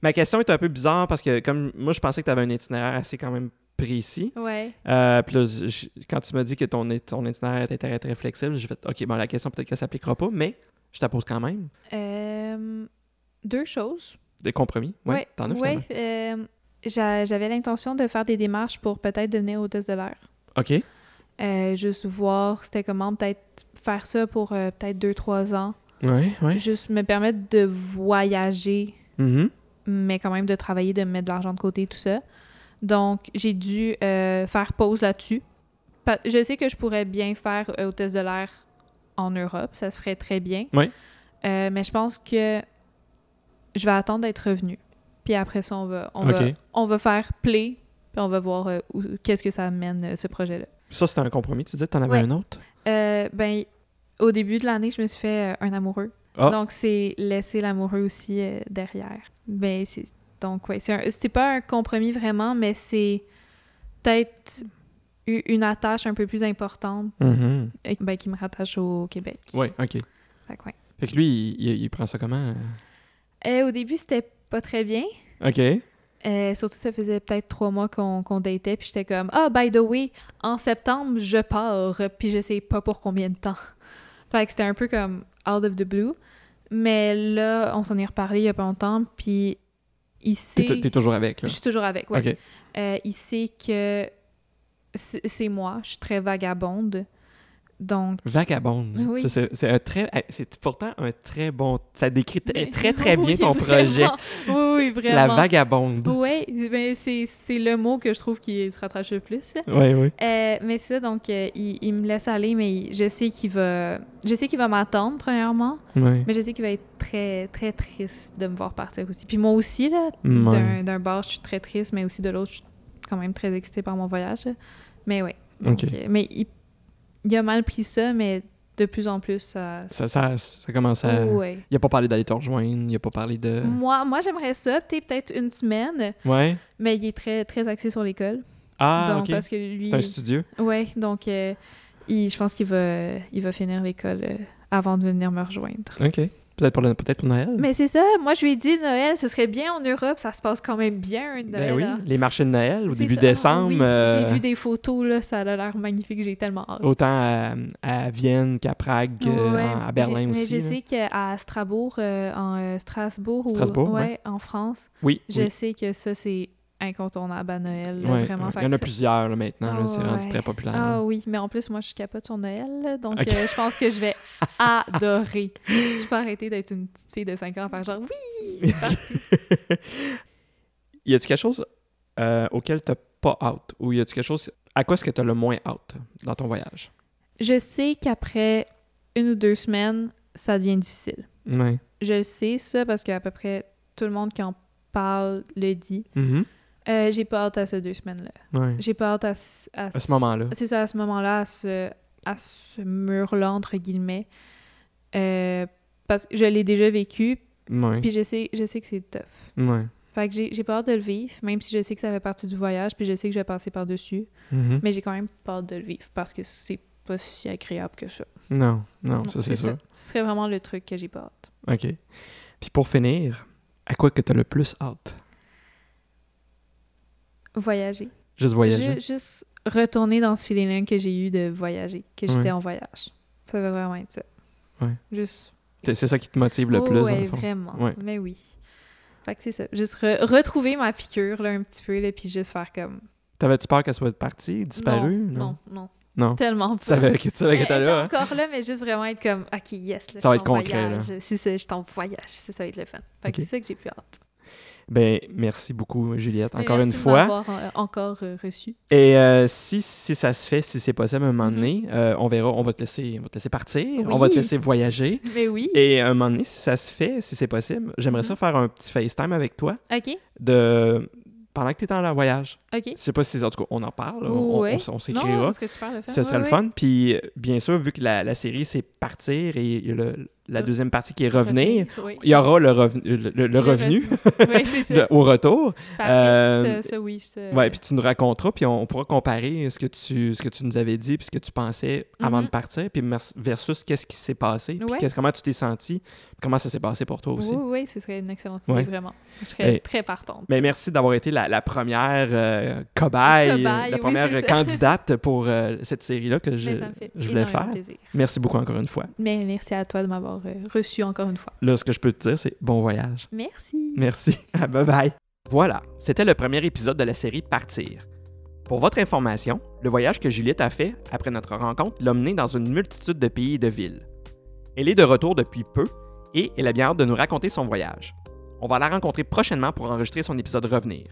A: Ma question est un peu bizarre parce que comme moi, je pensais que tu avais un itinéraire assez quand même précis.
B: Ouais.
A: Euh, puis là, je- je- quand tu m'as dit que ton, i- ton itinéraire était très, très flexible, j'ai fait « OK, bon, la question peut-être qu'elle s'appliquera pas, mais je te la pose quand même.
B: Euh, deux choses.
A: Des compromis. Oui,
B: Ouais,
A: t'en as finalement.
B: ouais, euh, j'a- J'avais l'intention de faire des démarches pour peut-être devenir hôtesse de l'air.
A: OK.
B: Euh, juste voir c'était comment, peut-être faire ça pour euh, peut-être deux, trois ans.
A: Oui, oui.
B: Juste me permettre de voyager,
A: Mm-hmm.
B: mais quand même de travailler, de mettre de l'argent de côté, tout ça. Donc, j'ai dû euh, faire pause là-dessus. Pa- Je sais que je pourrais bien faire euh, hôtesse de l'air en Europe, ça se ferait très bien.
A: Ouais.
B: Euh, mais je pense que je vais attendre d'être revenu. Puis après ça, on va, on va,
A: OK.
B: on va faire play, puis on va voir euh, où- qu'est-ce que ça amène, euh, ce projet-là.
A: Ça, c'était un compromis. Tu disais que tu en avais
B: Ouais.
A: un autre?
B: Euh, ben, au début de l'année, je me suis fait euh, un amoureux.
A: Ah.
B: Donc, c'est laisser l'amoureux aussi euh, derrière. Ben, c'est... Donc, ouais, c'est, un- c'est pas un compromis vraiment, mais c'est peut-être eu une attache un peu plus importante
A: Mm-hmm.
B: euh, ben, qui me rattache au Québec.
A: Oui, OK.
B: Fait que, ouais.
A: Fait que lui, il, il- il prend ça comment? euh?
B: Euh, au début, c'était pas très bien.
A: OK.
B: Euh, surtout, ça faisait peut-être trois mois qu'on, qu'on datait, puis j'étais comme « Ah, by the way, en septembre, je pars, puis je sais pas pour combien de temps. » Fait que c'était un peu comme out of the blue. Mais là, on s'en est reparlé il y a pas longtemps, puis il
A: T'es,
B: sait...
A: t'es toujours avec,
B: Je
A: là?
B: suis toujours avec, ouais.
A: OK.
B: Euh, il sait que c'est, c'est moi, je suis très vagabonde, donc...
A: Vagabonde.
B: Oui.
A: Ça, c'est, c'est un très, c'est pourtant un très bon... Ça décrit très,
B: Mais-
A: très, très bien
B: Oui,
A: ton projet.
B: vraiment. Oui, oui, vraiment.
A: La vagabonde.
B: Ouais, ben c'est, c'est le mot que je trouve qui se rattache le plus, là.
A: Oui, oui.
B: Euh, mais c'est ça, donc euh, il, il me laisse aller, mais il- je sais qu'il va, je sais qu'il va m'attendre premièrement,
A: Ouais.
B: mais je sais qu'il va être très très triste de me voir partir aussi. Puis moi aussi là,
A: Mm, Ouais.
B: d'un- d'un bord je suis très triste, mais aussi de l'autre je suis quand même très excitée par mon voyage. là. Mais ouais. Donc,
A: OK.
B: euh, mais il, il a mal pris ça, mais de plus en plus ça. oh,
A: Ça, ça, ça euh, commence à...
B: Ouais.
A: Il a pas parlé d'aller te rejoindre, il a pas parlé de...
B: Moi, moi j'aimerais ça, peut-être peut-être une semaine,
A: Ouais.
B: mais il est très très axé sur l'école.
A: Ah,
B: donc
A: ok.
B: parce que lui.
A: C'est un studieux.
B: Oui, donc euh, il- je pense qu'il va, il va finir l'école euh, avant de venir me rejoindre.
A: Ok. Peut-être pour, le- peut-être pour Noël.
B: Mais c'est ça, moi je lui ai dit Noël, ce serait bien en Europe, ça se passe quand même bien un Noël.
A: ben oui,
B: hein.
A: les marchés de Noël au
B: C'est
A: début
B: ça. Ah,
A: décembre.
B: oui,
A: euh,
B: J'ai vu des photos, là, ça a l'air magnifique, j'ai tellement hâte.
A: Autant à, à Vienne qu'à Prague, euh,
B: Ouais,
A: en- à Berlin
B: j'ai- mais
A: aussi.
B: je
A: là.
B: sais qu'à Strasbourg, euh, en euh, Strasbourg, ou-
A: Strasbourg,
B: ouais,
A: ouais.
B: en France,
A: Oui,
B: je
A: oui.
B: sais que ça c'est incontournable à Noël, là,
A: Ouais,
B: vraiment.
A: ouais.
B: fait
A: Il y en
B: que
A: a
B: ça-
A: plusieurs là, maintenant, là,
B: Ah
A: c'est rendu
B: ouais.
A: très populaire.
B: Ah
A: là.
B: oui, mais en plus, moi, je capote sur Noël, là, donc
A: Ok.
B: euh, je pense que je vais adorer. Je peux arrêter d'être une petite fille de 5 ans à faire genre oui! partout.
A: y a-tu quelque chose euh, auquel t'as pas out ou y a-tu quelque chose à quoi est-ce que t'as le moins out dans ton voyage
B: je sais qu'après une ou deux semaines, ça devient difficile.
A: Ouais.
B: Je le sais, ça, parce qu'à peu près tout le monde qui en parle le dit.
A: Mhm.
B: Euh, j'ai pas hâte à ces deux semaines-là.
A: Ouais.
B: J'ai pas hâte à, ce-
A: À ce moment-là.
B: C'est ça, à ce moment-là, à ce, à ce mur-là, entre guillemets. Euh, Parce que je l'ai déjà vécu,
A: Ouais.
B: puis je sais, je sais que c'est tough.
A: Ouais.
B: Fait que j'ai j'ai peur de le vivre, même si je sais que ça fait partie du voyage, puis je sais que je vais passer par-dessus.
A: Mhm.
B: Mais j'ai quand même peur de le vivre parce que c'est pas si agréable que ça.
A: Non, non,
B: Non,
A: ça c'est sûr.
B: Ce serait vraiment le truc que j'ai peur. de.
A: OK. Puis pour finir, à quoi que tu as le plus hâte?
B: Voyager.
A: Juste voyager.
B: Ju- juste retourner dans ce feeling-là que j'ai eu de voyager, que j'étais
A: Ouais.
B: en voyage. Ça va vraiment être ça.
A: Ouais.
B: Juste.
A: T'es- C'est ça qui te motive le
B: Oh,
A: plus, dans
B: ouais,
A: le fond.
B: vraiment.
A: Ouais.
B: Mais oui. Fait que c'est ça. Juste re- retrouver ma piqûre, là, un petit peu, là, puis juste faire comme.
A: T'avais-tu peur qu'elle soit partie, disparue?
B: Non, non. non.
A: Non.
B: Tellement pas.
A: Tu savais que tu savais
B: Elle
A: qu'elle était
B: était
A: là. hein?
B: encore là, mais juste vraiment être comme, OK, yes, là,
A: Ça va
B: je suis
A: être
B: en
A: concret, là.
B: voyage. C'est ça, je suis en voyage. C'est ça va être le fun. Fait que
A: Ok.
B: c'est ça que j'ai plus hâte.
A: Ben, merci beaucoup, Juliette,
B: Mais
A: encore
B: merci
A: une
B: de
A: fois.
B: m'avoir, euh, encore euh, reçu.
A: Et euh, si, si ça se fait, si c'est possible à un moment
B: Mhm.
A: donné, euh, on verra, on va te laisser, on va te laisser partir, on
B: Oui.
A: va te laisser voyager.
B: Mais oui.
A: Et à un moment donné, si ça se fait, si c'est possible, j'aimerais ça
B: Mhm.
A: faire un petit FaceTime avec toi
B: OK,
A: de pendant que tu es en voyage.
B: OK.
A: Je sais pas si, en tout cas, on en parle, on, on-
B: Ouais.
A: on s- on
B: Non,
A: s'écrira.
B: ce serait super le fun.
A: Ce serait
B: ouais,
A: le
B: ouais.
A: fun. Puis, euh, bien sûr, vu que la, la série, c'est partir et le- la
B: Le-
A: deuxième partie qui est revenir,
B: oui.
A: il y aura le, revenu- le, le- le revenu
B: oui, c'est ça.
A: le- au retour.
B: Parfait.
A: euh,
B: ça, ça, oui. ça-
A: Ouais, puis tu nous raconteras, puis on, on pourra comparer ce que, tu, ce que tu nous avais dit, puis ce que tu pensais avant
B: Mhm.
A: de partir, puis mer- versus qu'est-ce qui s'est passé, puis
B: Ouais.
A: qu'est-ce- comment tu t'es senti, puis comment ça s'est passé pour toi aussi.
B: Oui, oui, ce serait une excellente idée,
A: Ouais.
B: vraiment. Je serais
A: Et-
B: très partante.
A: Mais merci d'avoir été la, la première euh, cobaye, euh,
B: Cobaye,
A: la
B: oui,
A: première
B: c'est ça.
A: candidate pour euh, cette série-là que je,
B: Mais ça me fait
A: je voulais
B: énormément
A: faire.
B: plaisir.
A: Merci beaucoup encore une fois.
B: Mais merci à toi de m'avoir euh, reçu encore une fois.
A: Là, ce que je peux te dire, c'est bon voyage.
B: Merci.
A: Merci. Ah, bye bye. Voilà, c'était le premier épisode de la série Partir. Pour votre information, le voyage que Juliette a fait après notre rencontre l'a menée dans une multitude de pays et de villes. Elle est de retour depuis peu et elle a bien hâte de nous raconter son voyage. On va la rencontrer prochainement pour enregistrer son épisode Revenir.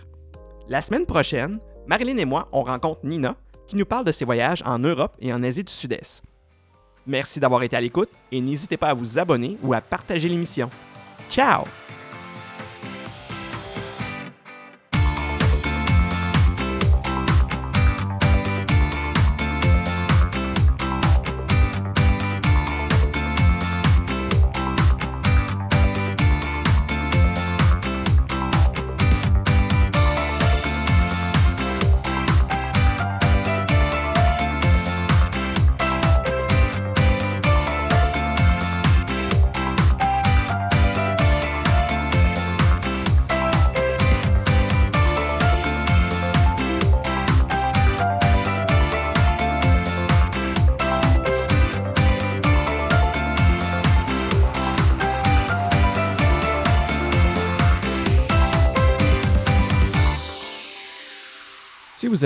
A: La semaine prochaine, Marilyn et moi, on rencontre Nina qui nous parle de ses voyages en Europe et en Asie du Sud-Est. Merci d'avoir été à l'écoute et n'hésitez pas à vous abonner ou à partager l'émission. Ciao!
C: Si vous